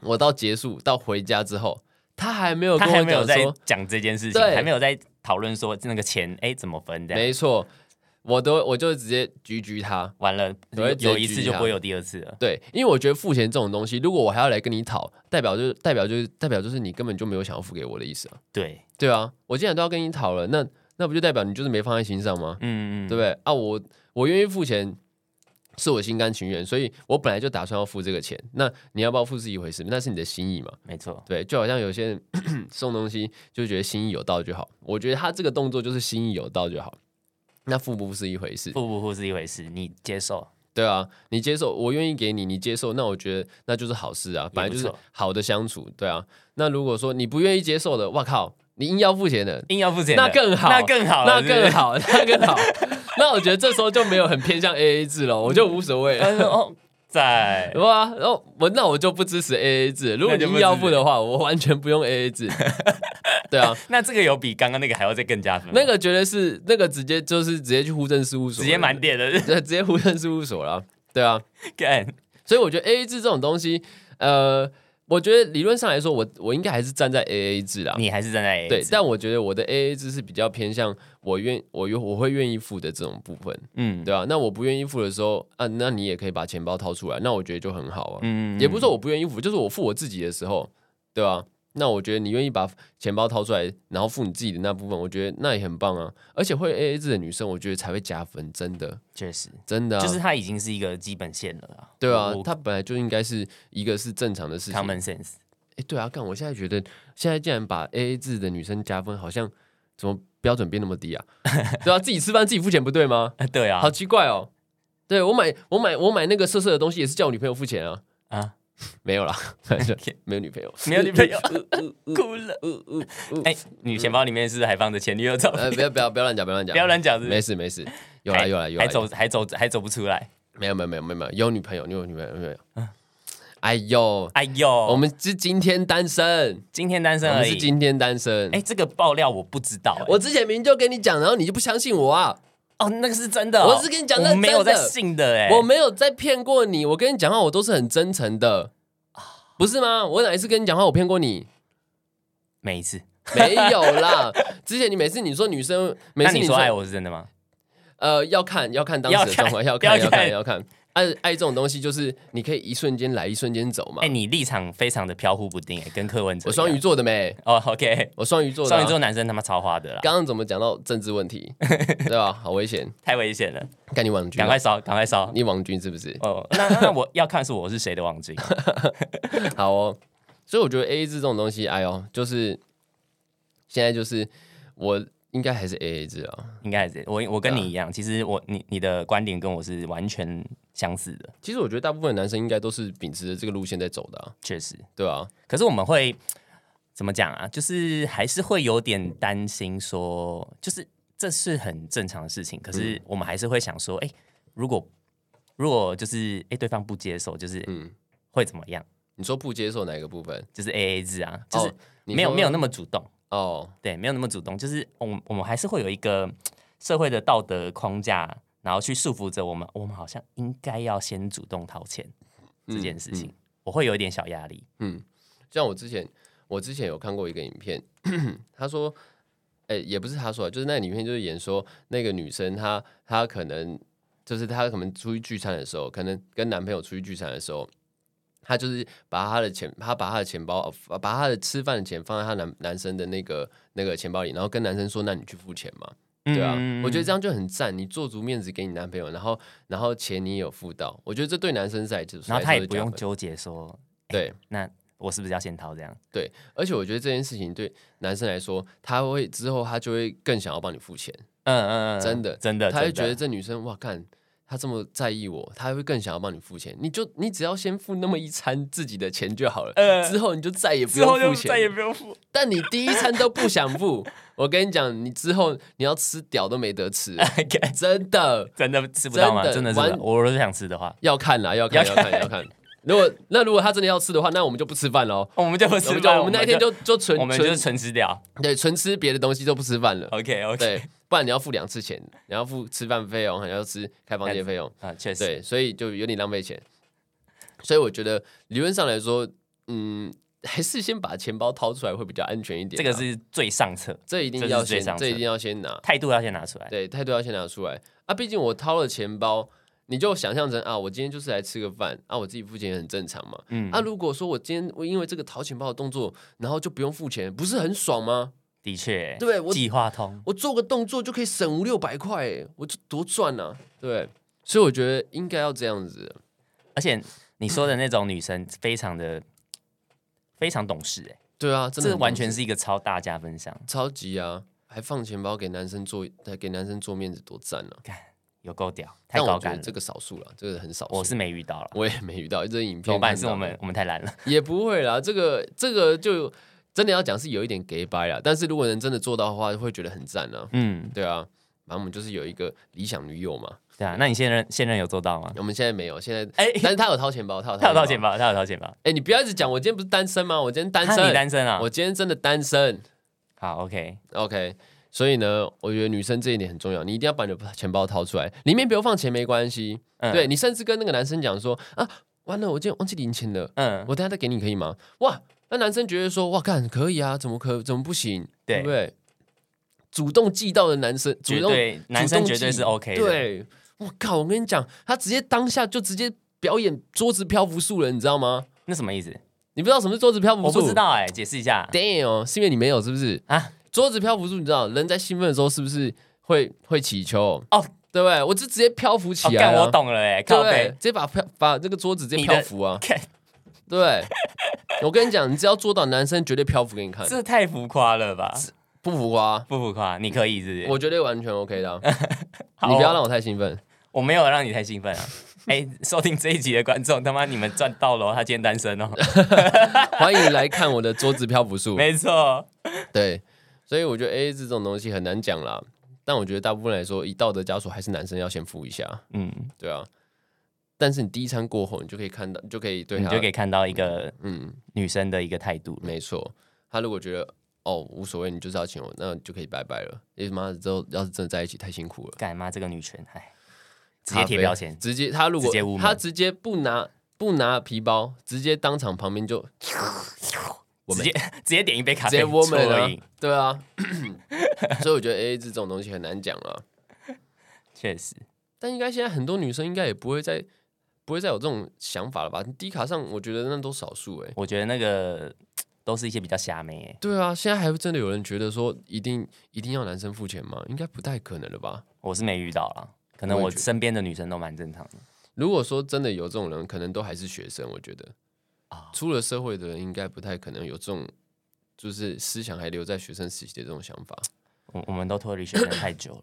B: 我到结束到回家之后，他还没有
A: 他
B: 跟
A: 还
B: 我
A: 没有
B: 讲
A: 在
B: 说，
A: 讲这件事情，
B: 对
A: 还没有在讨论说那个钱哎怎么分这样。
B: 没错，我都我就直接拒拒他。
A: 完了，
B: 我会直接
A: 有一次
B: 举
A: 就
B: 他
A: 不会有第二次了。
B: 对，因为我觉得付钱这种东西，如果我还要来跟你讨，代表就是代表就是代表就是你根本就没有想要付给我的意思啊。
A: 对，
B: 对啊，我既然都要跟你讨了，那那不就代表你就是没放在心上吗？
A: 嗯嗯，
B: 对不对？啊，我我愿意付钱，是我心甘情愿，所以我本来就打算要付这个钱。那你要不要付是一回事，那是你的心意嘛？
A: 没错，
B: 对，就好像有些人 送东西就觉得心意有到就好，我觉得他这个动作就是心意有到就好。那付不付是一回事，
A: 付不付是一回事，你接受
B: 对啊，你接受，我愿意给你，你接受，那我觉得那就是好事啊，本来就是
A: 错
B: 好的相处，对啊。那如果说你不愿意接受的，哇靠，你硬要付钱的，
A: 硬要付钱的，
B: 那更好
A: 那更好
B: 那
A: 了，是不
B: 更
A: 是。
B: 好，那更好。 那我觉得这时候就没有很偏向 AA 制了，我就无 所谓
A: 他
B: 了。
A: 说哦，在
B: 对啊，然后我那我就不支持 AA 制。如果你硬要付的话，我完全不用 AA 制。对啊，
A: 那这个有比刚刚那个还要再更加分吗，
B: 那个绝对是那个直接就是直接去户政事务所，
A: 直接满，点了，
B: 对，直接户政事务所了。对啊，
A: 干
B: 所以我觉得 AA 制这种东西，呃，我觉得理论上来说，我我应该还是站在 AA 制啦。
A: 你还是站在 A
B: 啊对，但我觉得我的 AA 制是比较偏向我愿我愿我会愿意付的这种部分。
A: 嗯
B: 对啊，那我不愿意付的时候，啊，那你也可以把钱包掏出来，那我觉得就很好啊。
A: 嗯
B: 也不是说我不愿意付，就是我付我自己的时候，对啊，那我觉得你愿意把钱包掏出来，然后付你自己的那部分，我觉得那也很棒啊。而且会 A A 制的女生，我觉得才会加分，真的，
A: 确实，
B: 真的、啊，
A: 就是它已经是一个基本线了啊。
B: 对啊
A: 我，我
B: 她本来就应该是一个是正常的事情。
A: common sense，
B: 哎，对啊，干，我现在觉得现在竟然把 A A 制的女生加分，好像怎么标准变那么低啊？ 对啊，自己吃饭自己付钱不对吗？
A: 啊对啊
B: 好，奇怪哦。对我买我买我买那个色色的东西也是叫我女朋友付钱啊
A: 啊
B: 啊，没有啦，没有女朋友，
A: 没有女朋友，
B: 哭了。
A: 哎，你钱包里面是不是还放着前女友照片？
B: 嗯呃，不要不要不要乱讲，不要乱讲，
A: 不要乱讲是不是
B: 没事没事，有啦有啦有啦，
A: 还走还走还走不出来。
B: 没有没有没有没有没有有女朋友，你有女朋友有女朋
A: 嗯
B: 友？哎呦，
A: 哎呦，
B: 我
A: 我们
B: 们是今天单身，
A: 今天单身
B: 我们
A: 而
B: 是
A: 已。
B: 今天单身。
A: 哎，这个爆料我不知道。哎
B: 我之前明明就跟你讲，然后你就不相信我啊！
A: 哦，那个是真的哦，
B: 我是跟你讲那
A: 我
B: 是
A: 没有在
B: 真的
A: 信的哎，
B: 我没有在骗过你，我跟你讲话我都是很真诚的，
A: 啊
B: 不是吗？我哪一次跟你讲话我骗过你？
A: 每一次。
B: 没有啦，之前你每次你说女生，每
A: 那
B: 次
A: 你说
B: 说
A: 爱我是真的吗？
B: 呃，要看要看当时的状况，要
A: 要
B: 看
A: 看
B: 要看要
A: 要
B: 看。爱爱这种东西就是你可以一瞬间来，一瞬间走嘛
A: 哎，。你立场非常的飘忽不定哎，跟柯文哲一样。
B: 我双鱼座的没，
A: 哦，OK，
B: 我双鱼座的啊。
A: 双鱼座男生他妈超花的啦，
B: 刚刚怎么讲到政治 问题，对吧？好危险，
A: 太危险了，
B: 看你网军
A: 赶
B: 啊，
A: 快烧，赶快烧。
B: 你网军是不是？
A: 哦，那那那我要看是我是谁的王啊晶。
B: 好哦，所以我觉得 A A 制这种东西，哎呦，就是现在就是我应该还是 A A 制啊。
A: 应该是我我跟你一样，其实我你你的观点跟我是完全相似的，
B: 其实我觉得大部分的男生应该都是秉持着这个路线在走的、啊，
A: 确实。
B: 对啊，
A: 可是我们会怎么讲啊？就是还是会有点担心说，就是这是很正常的事情，可
B: 嗯
A: 是我们还是会想说，哎、如果如果就是哎、对方不接受，就是
B: 嗯。
A: 会怎么样？
B: 你说不接受哪一个部分？
A: 就是 A A 制啊，就是
B: 哦你
A: 没有、
B: 说
A: 没有那么主动，
B: 哦，
A: 对，没有那么主动，就是我们我们还是会有一个嘖社会的道德框架，然后去束缚着我们，我们好像应该要先主动掏钱这
B: 嗯
A: 件事情，我会有一点小压力。
B: 像我之前，我之前有看过一个影片， 他说，哎、也不是他说的，就是那个影片就是演说那个女生她她可能就是她可能出去聚餐的时候，可能跟男朋友出去聚餐的时候，她就是把她的钱，她把她的钱包，呃把她的吃饭的钱放在她男男生的那个那个钱包里，然后跟男生说，那你去付钱嘛。对啊，我觉得这
A: 样
B: 样就很赞。你做足面子给你男朋友，然后然后钱你也有付到，我觉得这对男生在就是，
A: 然后他也不
B: 来
A: 用
B: 说是加分
A: 纠结说
B: 对
A: 那我是不是要先掏这样。
B: 对，而且我觉得这件事情对男生来说，他会之后他就会更想要帮你付钱，
A: 嗯嗯嗯，
B: 真的
A: 真的，
B: 他会
A: 真的
B: 觉得这女生哇看。她这么在意我，她会更想要帮你付钱。你就你只要先付那么一餐自己的钱就好了，
A: 呃
B: 之后你就再也不
A: 之后
B: 用
A: 就
B: 付
A: 再也
B: 钱。
A: 不用 付。
B: 但你第一餐都不想付，我跟你讲，你之后你要吃屌都没得吃，
A: 干
B: 真的。
A: 真的吃不到吗？
B: 真
A: 真
B: 的
A: 的是不到，
B: 完
A: 我如果想吃的话，
B: 要看啦，要看，要
A: 要
B: 看，
A: 看
B: 要看。如果那如果他真的要吃的话，那我们就不吃饭喽。
A: 我们就不
B: 我
A: 吃
B: 们就
A: 饭，
B: 我们那一天就就纯
A: 我们就
B: 纯
A: 纯吃掉。
B: 对纯吃别的东西就不吃饭了。
A: OK OK，
B: 对，不然你要付两次钱，你要付吃饭费用，还要吃开房间费用。
A: 啊，确实，
B: 对，所以就有点浪费钱。所以我觉得理论上来说，嗯，还是先把钱包掏出来会比较安全一点
A: 这
B: 啊。
A: 个是最上策，
B: 这一定
A: 这是
B: 要
A: 最
B: 先
A: 上
B: 这一
A: 策
B: 定要先拿。
A: 态度要先拿出来。
B: 对，态度要先拿出来啊！毕竟我掏了钱包，你就想象成啊，我今天就是来吃个饭啊，我自己付钱也很正常嘛。
A: 嗯
B: 啊，如果说我今天我因为这个掏钱包的动作，然后就不用付钱，不是很爽吗？
A: 的确，
B: 对我
A: 计划通，
B: 我做个动作就可以省五六百块，哎，我就多赚啊！对，所以我觉得应该要这样子。
A: 而且你说的那种女生非常的非常懂事、哎，
B: 对啊，真的
A: 这
B: 很
A: 完全是一个超大加分项，
B: 超级啊！还放钱包给男生做，给男生做面子多赞啊！
A: 有够屌，太
B: 但我
A: 高
B: 觉
A: 干
B: 得
A: 了。
B: 这个少数了，这个很少数。
A: 我是没遇到了，
B: 我也没遇到这影片
A: 怎么办？是
B: 看到
A: 我们我们太烂了，
B: 也不会啦，这个这个就真的要讲是有一点 gay 掰啦，但是如果能真的做到的话，会觉得很赞啊，
A: 嗯，
B: 对啊。反正我们就是有一个理想女友嘛，
A: 对啊。那你现任现任有做到吗？
B: 我们现在没有，现在，
A: 哎、
B: 但是她有掏钱包，她 有
A: 他有
B: 掏
A: 掏钱
B: 包。
A: 吧？他有掏钱吧？
B: 哎、你不要一直讲，我今天不是单身吗？我今天单
A: 啊
B: 身，
A: 你单身啊？
B: 我今天真的单身。
A: 好，OK，
B: OK，所以呢，我觉得女生这一点很重要，你一定要把你的钱包掏出来，里面不用放钱没关系。
A: 嗯
B: 对，你甚至跟那个男生讲说啊，完了，我今天忘记零钱了，
A: 嗯，
B: 我等下再给你可以吗？哇，那男生觉得说哇，干可以啊，怎么可怎么不行？
A: 对
B: 不对？主动寄到的男生，主
A: 绝
B: 动
A: 对男
B: 主
A: 生
B: 动
A: 绝对
B: 寄
A: 是 OK 的，
B: 对，我靠，我跟你讲，他直接当下就直接表演桌子漂浮术了，你知道吗？
A: 那什么意思？
B: 你不知道什么是桌子漂浮
A: 我
B: 术？
A: 不知。道哎、解释一下。
B: Damn，哦是因为你没有是不是？
A: 啊，
B: 桌子漂浮术，你知道人在兴奋的时候是不是会会祈求？
A: 哦，
B: 对不对？我就直接漂浮
A: 哦
B: 起，来
A: 干
B: 了、
A: 我懂了哎、
B: 对
A: 靠
B: 不对，
A: 背
B: 直，接把漂把这个桌子直接
A: 你的
B: 漂浮啊！
A: 看
B: 对不对，我跟你讲，你只要做到，男生绝对漂浮给你看，
A: 这太浮夸了吧？
B: 不浮夸、啊
A: 不浮夸，你可以是不是？
B: 我觉得完全 OK 的啊、
A: 好
B: 你
A: 哦
B: 不要让我太兴奋。
A: 我没有让你太兴奋 啊！哎、收听这一集的观众，他妈你们赚到了哦，他今天单身 哦，
B: 欢迎来看我的桌子漂浮术。
A: 没错，
B: 对，所以我觉得 A A 制这种东西很难讲啦。但我觉得大部分来说，以道德枷锁，还是男生要先付一下，
A: 嗯，
B: 对啊。但是你第一餐过后，你就可以看到，你就可以对啊
A: 你
B: 他，
A: 就可以看到一个
B: 嗯，
A: 女生的一个态度了。
B: 没错。他如果觉得哦无所谓，你就是要请我，那就可以拜拜了。因为妈的之后要是真的在一起，太辛苦了，
A: 干妈这个女权，哎，直接
B: 咖啡
A: 贴标签，
B: 直接他如果
A: 直接污名
B: 他直接不拿不拿皮包，直接当场旁边就我
A: 直
B: 们
A: 接 直接点一杯咖
B: 直
A: 啡
B: 接 woman
A: 啜
B: 啊
A: 饮，
B: 对啊。所以我觉得 A A 制这种东西很难讲啊。
A: 确实，
B: 但应该现在很多女生应该也不会再不会再有这种想法了吧？低卡上我觉得那都少数哎、
A: 我觉得那个都是一些比较瞎妹、欸，
B: 对啊，现在还会真的有人觉得说一定一定要男生付钱吗？应该不太可能了吧？
A: 我是没遇到啦，可能
B: 我也
A: 我
B: 觉得
A: 身边的女生都蛮正常的。
B: 如果说真的有这种人，可能都还是学生。我觉得
A: 啊
B: 出了社会的人应该不太可能有这种就是思想还留在学生时期的这种想法。
A: 我我们都脱离学生太久了，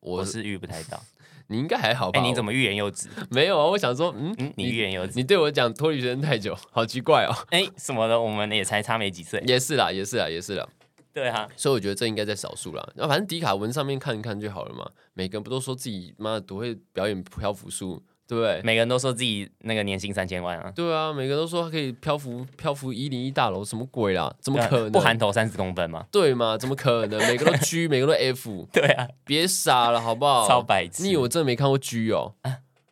B: 我
A: 我是遇不太 到。
B: 你应该还好吧？
A: 哦哎、你怎
B: 么
A: 么欲言又止？
B: 没有啊？我想说，嗯，
A: 嗯，你欲言又止。
B: 哦你对我讲脱离学生太久，好奇怪哦。
A: 哎、什么的，我们也才差没几岁。
B: 也是啦，也是啦，也是啦。
A: 对啊，
B: 所以我觉得这应该在少数啦。那反正迪卡文上面看一看就好了嘛。每个人不都说自己妈的多会表演漂浮术，对不对？
A: 每个人都说自己那个年薪三千万啊，
B: 对啊，每个人都说他可以漂浮漂浮一零一大楼，什么鬼啦？怎么
A: 对啊
B: 可能？
A: 不含头三十公分吗？
B: 对吗？怎么可能？每个都 G，每个都 F，
A: 对啊，
B: 别傻了好不好？
A: 超白痴。
B: 哦
A: 啊
B: 你以为我真的没看过 G 哦？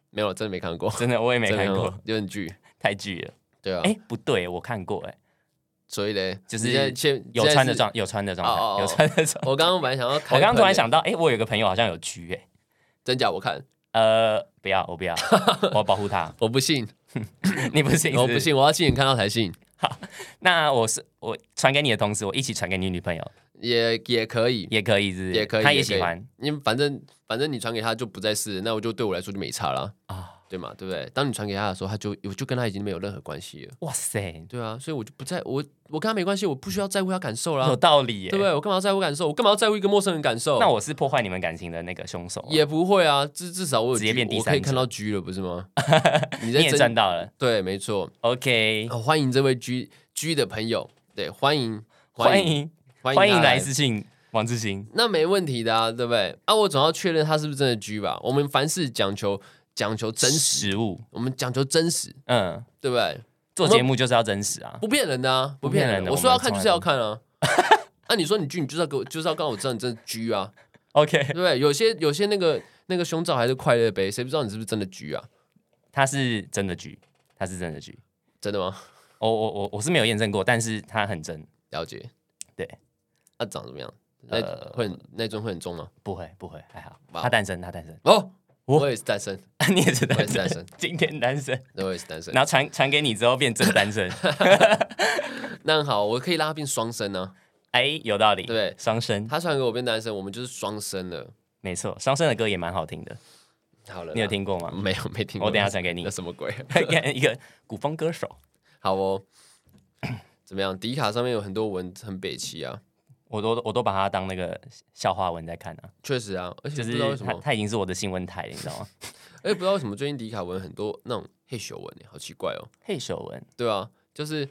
B: 没有，真的没看过，
A: 真的我也没
B: 真的
A: 看过，，
B: 有点 G。
A: 太剧了。
B: 对啊，
A: 哎、不对，我看过、哎，
B: 所以嘞，
A: 就是
B: 你现在现
A: 有
B: 现在
A: 穿的
B: 是
A: 状，有穿的状
B: 哦哦
A: 态，
B: 哦
A: 有穿的状态。
B: 我刚刚本来想要开喷
A: 我
B: 的，
A: 刚刚突然想到，哎、我有个朋友好像有狙、哎，
B: 真假，我看
A: 呃，不要，我不 要，我要保护他。
B: 我不信，
A: 你不信？
B: 我不
A: 是是。
B: 信，我要亲眼看到才信。
A: 那我是我传给你的同时，我一起传给你女朋友
B: 也也可以，
A: 也可以是不是，
B: 也可以，
A: 她
B: 也
A: 也
B: 可以
A: 喜欢。
B: 因为反正反正你传给他就不再是，那我就对我来说就没差啦，
A: 啊。
B: 对嘛，对不对？当你传给他的时候，他就我就跟他已经没有任何关系了，
A: 哇塞，
B: 对啊，所以我就不在我我跟他没关系，我不需要在乎他感受
A: 有
B: 啦，
A: 道理耶。
B: 对不啊对？我干嘛要在乎感受？我干嘛要在乎一个陌生人感受？
A: 哦那我是破坏你们感情的那个凶手啊、
B: 也不会啊，至至少我有
A: 直接
B: G，
A: 变第
B: 我
A: 三者
B: 可以看到 G 了，不是 吗？你
A: 你
B: 在
A: 也
B: 真
A: 赚到了。
B: 对，没错、
A: OK，
B: 哦欢迎这位 G G 的朋友，对，欢迎
A: 欢迎
B: 欢迎
A: 欢迎
B: 他
A: 来自信王志兴。
B: 那没问题的啊，对不对？啊，我总要确认他是不是真的 G 吧。我们凡事讲求讲求真实，
A: 实物，
B: 我们讲求真实，
A: 嗯，
B: 对不对？
A: 做节目就是要真实啊。
B: 不骗人的啊，
A: 不
B: 不骗
A: 骗
B: 人
A: 人
B: 的。
A: 的
B: 我说要
A: 我们
B: 看就是要看啊。 啊，你说你 G，你就是要给我，就是要告诉我知道你真的 G 啊，对
A: OK，
B: 不对？有些有些那个那个胸罩还是快乐杯，谁不知道你是不是真的 G 啊？
A: 他是真的局，他是真的局。
B: 真的吗？
A: 我我我我是没有验证过，但是他很真，
B: 了解。
A: 对，
B: 那、长怎么样？那、
A: 呃
B: 会很那尊会很重吗？
A: 不会不会，还好。
B: 哇
A: 他单身，他单身，
B: 哦，
A: 我
B: 我也是单身，
A: 你也是
B: 我
A: 单
B: 也是
A: 身
B: 单，身，
A: 今天单身，
B: 我也是单身。
A: 然后传传给你之后变真单 身，
B: 那很好，我可以让他变双生啊。
A: 哎，有道理，
B: 对
A: 双生，
B: 他传给我变单身，我们就是双生了。
A: 没错，双生的歌也蛮好听的，
B: 好了啦，
A: 你有听过吗？
B: 没有？啊嗯没听过。
A: 我等一下传给 你
B: 那，什么鬼？
A: 一个古风歌手，
B: 好哦。怎么样？迪卡上面有很多文很北齐啊，
A: 我都我都把它当那个笑话文在看啊，
B: 确实啊，而且
A: 就
B: 不知道为
A: 是
B: 什
A: 它
B: 么，
A: 它已经是我的新闻台了，你知道吗？
B: 而且不知道为什么最近迪卡文很多那种嘿咻文耶，好奇怪哦。
A: 嘿，秀文，
B: 对啊，就是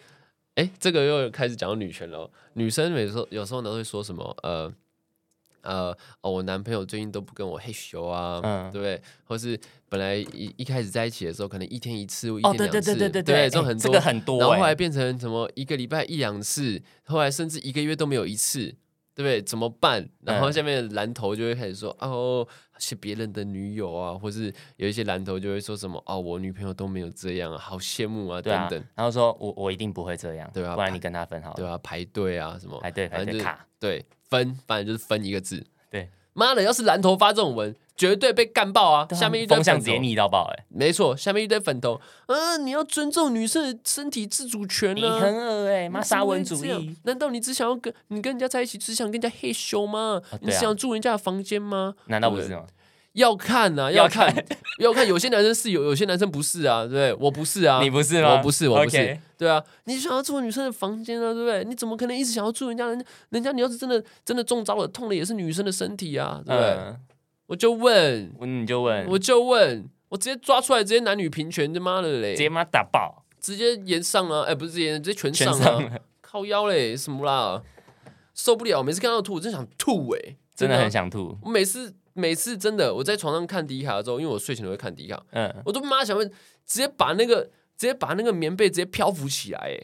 B: 哎，这个又开始讲到女权了哦。女生每时候有时候呢会说什么呃呃哦，我男朋友最近都不跟我嘿咻啊，
A: 嗯
B: 对不对？或是本来一一开始在一起的时候，可能一天一次，一
A: 哦，
B: 天
A: 对对
B: 两次，
A: 对对对
B: 对，
A: 对，
B: 这种
A: 哎
B: 很
A: 这
B: 多
A: 个很多
B: 然后
A: 哎
B: 后来变成什么一个礼拜一两次，后来甚至一个月都没有一次，对不对？怎么办？然后
A: 嗯
B: 下面的蓝头就会开始说、哦，是别人的女友啊，或是有一些蓝头就会说什么哦，我女朋友都没有这样啊，好羡慕啊，
A: 对
B: 等
A: 啊
B: 等，，
A: 然后说我我一定不会这样，
B: 对啊
A: 不然你跟他分好
B: 对
A: 了，哎
B: 啊，排队啊什么，
A: 排队
B: 反
A: 排队
B: 正就是
A: 卡，
B: 对分，反正就是分一个字。
A: 对，
B: 妈的，要是蓝头发这种文，绝对被干爆啊！
A: 对啊
B: 下面一堆
A: 风向
B: 粉
A: 直接
B: 头，
A: 逆到爆哎，
B: 没错，下面一堆粉头，嗯、你要尊重女生的身体自主权
A: 你
B: 呢、
A: 很恶哎，妈
B: 你怎
A: 沙
B: 么
A: 文
B: 会
A: 主
B: 这样
A: 义，？
B: 难道你只想要跟你跟人家在一起，只想跟人家嘿咻吗？
A: 啊
B: 你
A: 对啊
B: 想住人家的房间吗？
A: 难道不是吗？
B: 要看呐、要
A: 要
B: 看
A: 看，
B: 要看。有些男生是有，有些男生不是啊，对不对？我不是啊，
A: 你不是吗？
B: 我不是，我不是
A: OK，
B: 对啊。你想要住女生的房间啊，对不对？你怎么可能一直想要住人家人？人家你要是真的真的中招了，痛的也是女生的身体啊，对不对？
A: 嗯，
B: 我就问，
A: 我你就问，
B: 我就问，我直接抓出来，直接男女平权，他妈的嘞，
A: 直接妈打爆，
B: 直接延上啊，哎、不是直接直接全
A: 全
B: 上啊，
A: 上了
B: 靠腰嘞，什么啦，受不了，每次看到吐，我真想吐哎、
A: 真的
B: 啊
A: 很想吐。
B: 我每次每次真的，我在床上看迪卡的时候，因为我睡前都会看迪卡，
A: 嗯，
B: 我都妈想问，直接把那个直接把那个棉被直接漂浮起来、哎，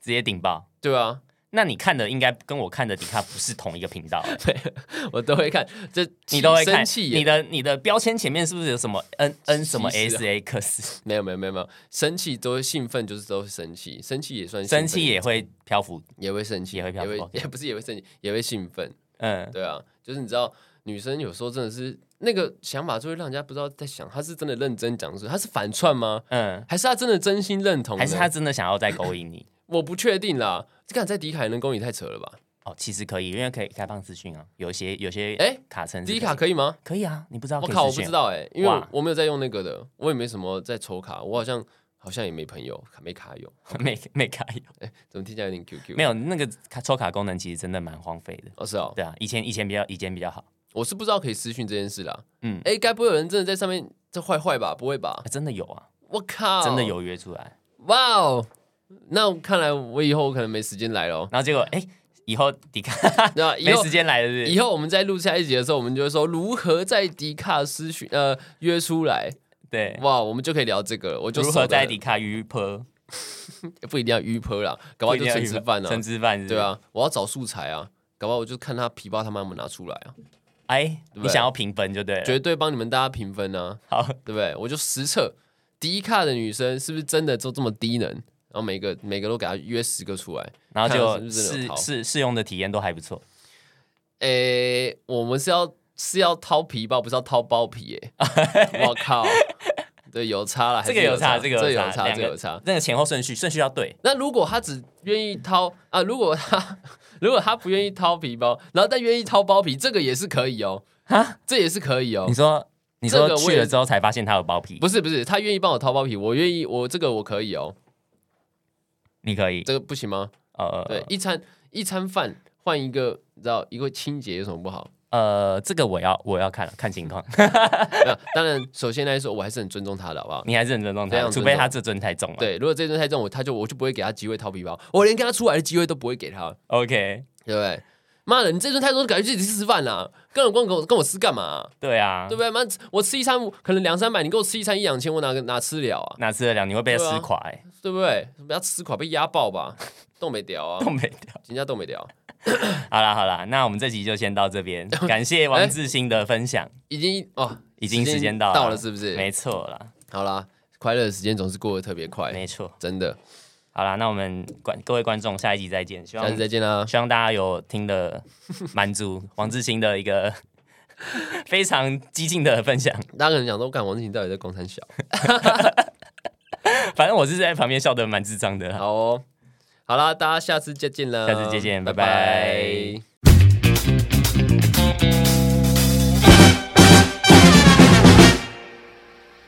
A: 直接顶爆。
B: 对啊，
A: 那你看的应该跟我看的迪卡不是同一个频道、 欸
B: 我都会看，这
A: 你都会看
B: 生气、
A: 你的你的标签前面是不是有什么 N N 什么
B: 歧视啊
A: S A X？
B: 没有没有没有没有，生气都会兴奋，就是都是生气，生气也算兴奋
A: 生气也会漂浮，
B: 也会生气，
A: 也会飘
B: 也
A: 飘
B: 会 也不是也会生气，也会兴奋，
A: 嗯，
B: 对啊，就是你知道女生有时候真的是那个想法，就会让人家不知道在想，她是真的认真讲是她是反串吗？
A: 嗯，
B: 还是她真的真心认同呢？
A: 还是他真的想要再勾引你？
B: 我不确定啦，这个在迪卡也能勾引太扯了吧？
A: 哦，其实可以，因为可以开放资讯啊，有些有些
B: 哎
A: 卡层
B: 迪卡可以吗？
A: 可以啊，你不知道
B: 我
A: 可以
B: 靠，我
A: 私
B: 不
A: 讯
B: 知道哎、因为
A: 哇
B: 我我没有在用那个的，我也没什么在抽卡，我好像好像也没朋友，卡没卡友，
A: 没没卡有
B: 怎么听起来有点 QQ？
A: 没
B: 有
A: 有那个卡抽卡功能其实真的蛮荒废的，
B: 哦，是哦，
A: 对啊，以前以前比较以前比较好，
B: 我是不知道可以私讯这件事啦。
A: 嗯
B: 哎、该不会有人真的在上面这坏坏吧？不会吧
A: 啊？真的有啊，
B: 我靠，
A: 真的有约出来，
B: 哇哦！那看来我以后可能没时间来了哦。
A: 然后结果哎，以后迪卡
B: 那以
A: 没
B: 后
A: 时间来了是不是
B: 以后我们在录下一集的时候，我们就会说如何在迪卡私讯呃约出来，
A: 对，
B: 哇，哦我们就可以聊这个了。我就
A: 如
B: 熟
A: 何
B: 的
A: 在迪卡约坡，
B: 不一定要约坡啦，搞不好就纯吃饭
A: 陈
B: 啊，
A: 吃饭是不是
B: 对，啊，我要找素材啊，搞不好我就看他皮包他妈们拿出来啊，
A: 哎，
B: 对
A: 你想要评分就对了，
B: 绝对帮你们大家评分啊，
A: 好，
B: 对不对？我就实测迪卡的女生是不是真的都这么低能，然后每个每个都给她约十个出来。
A: 然后
B: 看
A: 就
B: 了是不是真的有
A: 试
B: 套
A: 试试用的体验都还不错，
B: 诶、我们是要是要掏皮包，不是要掏包 皮、欸？我靠，对，有差了，还是
A: 这个有差，
B: 这
A: 这
B: 个
A: 个
B: 有
A: 有
B: 差，
A: 两
B: 这个
A: 个
B: 有差。
A: 那个前后顺序顺序要对，
B: 那如果他只愿意掏啊，如果 他如果他不愿意掏皮包，然后但愿意掏包皮，这个也是可以哦，
A: 哈，
B: 这也是可以哦
A: 你。说你
B: 这个
A: 说
B: 我
A: 去
B: 也
A: 了之后才发现他有包皮，
B: 不是不是，他愿意帮我掏包皮，我愿意，我这个我可以哦，
A: 你可以，
B: 这个不行吗？
A: 呃，
B: 对，一餐一餐饭换一个，你知道一个清洁有什么不好？
A: 呃，这个我要我要看看情况，
B: 没有当然，首先来说，我还是很尊重他的，好不好？
A: 你还是很尊重
B: 非常
A: 他，
B: 尊重
A: 除非他这尊太重了。
B: 哦对，如果这顿太重，我他就我就不会给他机会掏皮包，我连跟他出来的机会都不会给他，
A: ，OK，
B: 对不对？妈的，你这顿太重，感觉自己吃饭啦、跟我跟我跟我吃干嘛啊、
A: 对啊
B: 对，不对？妈，我吃一餐可能两三百，你给我吃一餐一两千，我哪个哪吃得了啊？
A: 哪吃得了你会被他
B: 对啊
A: 吃垮，哎，
B: 对不对？不要吃垮，被压爆吧，冻没掉 啊
A: 都，没掉。
B: 人家冻没掉，
A: 好啦好啦，那我们这集就先到这 边，感谢王志新的分享，
B: 已经哦，
A: 已经时间到了
B: 到了，是不是？
A: 没错啦，
B: 好啦，快乐的时间总是过得特别快，
A: 没错。
B: 真的，
A: 好啦，那我们观各位观众下一集再见，希
B: 下
A: 望
B: 次再见啦，
A: 希望大家有听的满足 王志新的一个 非常激进的分享。
B: 大家可能想说，干王志勤到底在公山 小？
A: 反正我是在旁边笑得蛮智障的啦。
B: 好哦，好啦，大家下次再见啦，
A: 下次再见拜拜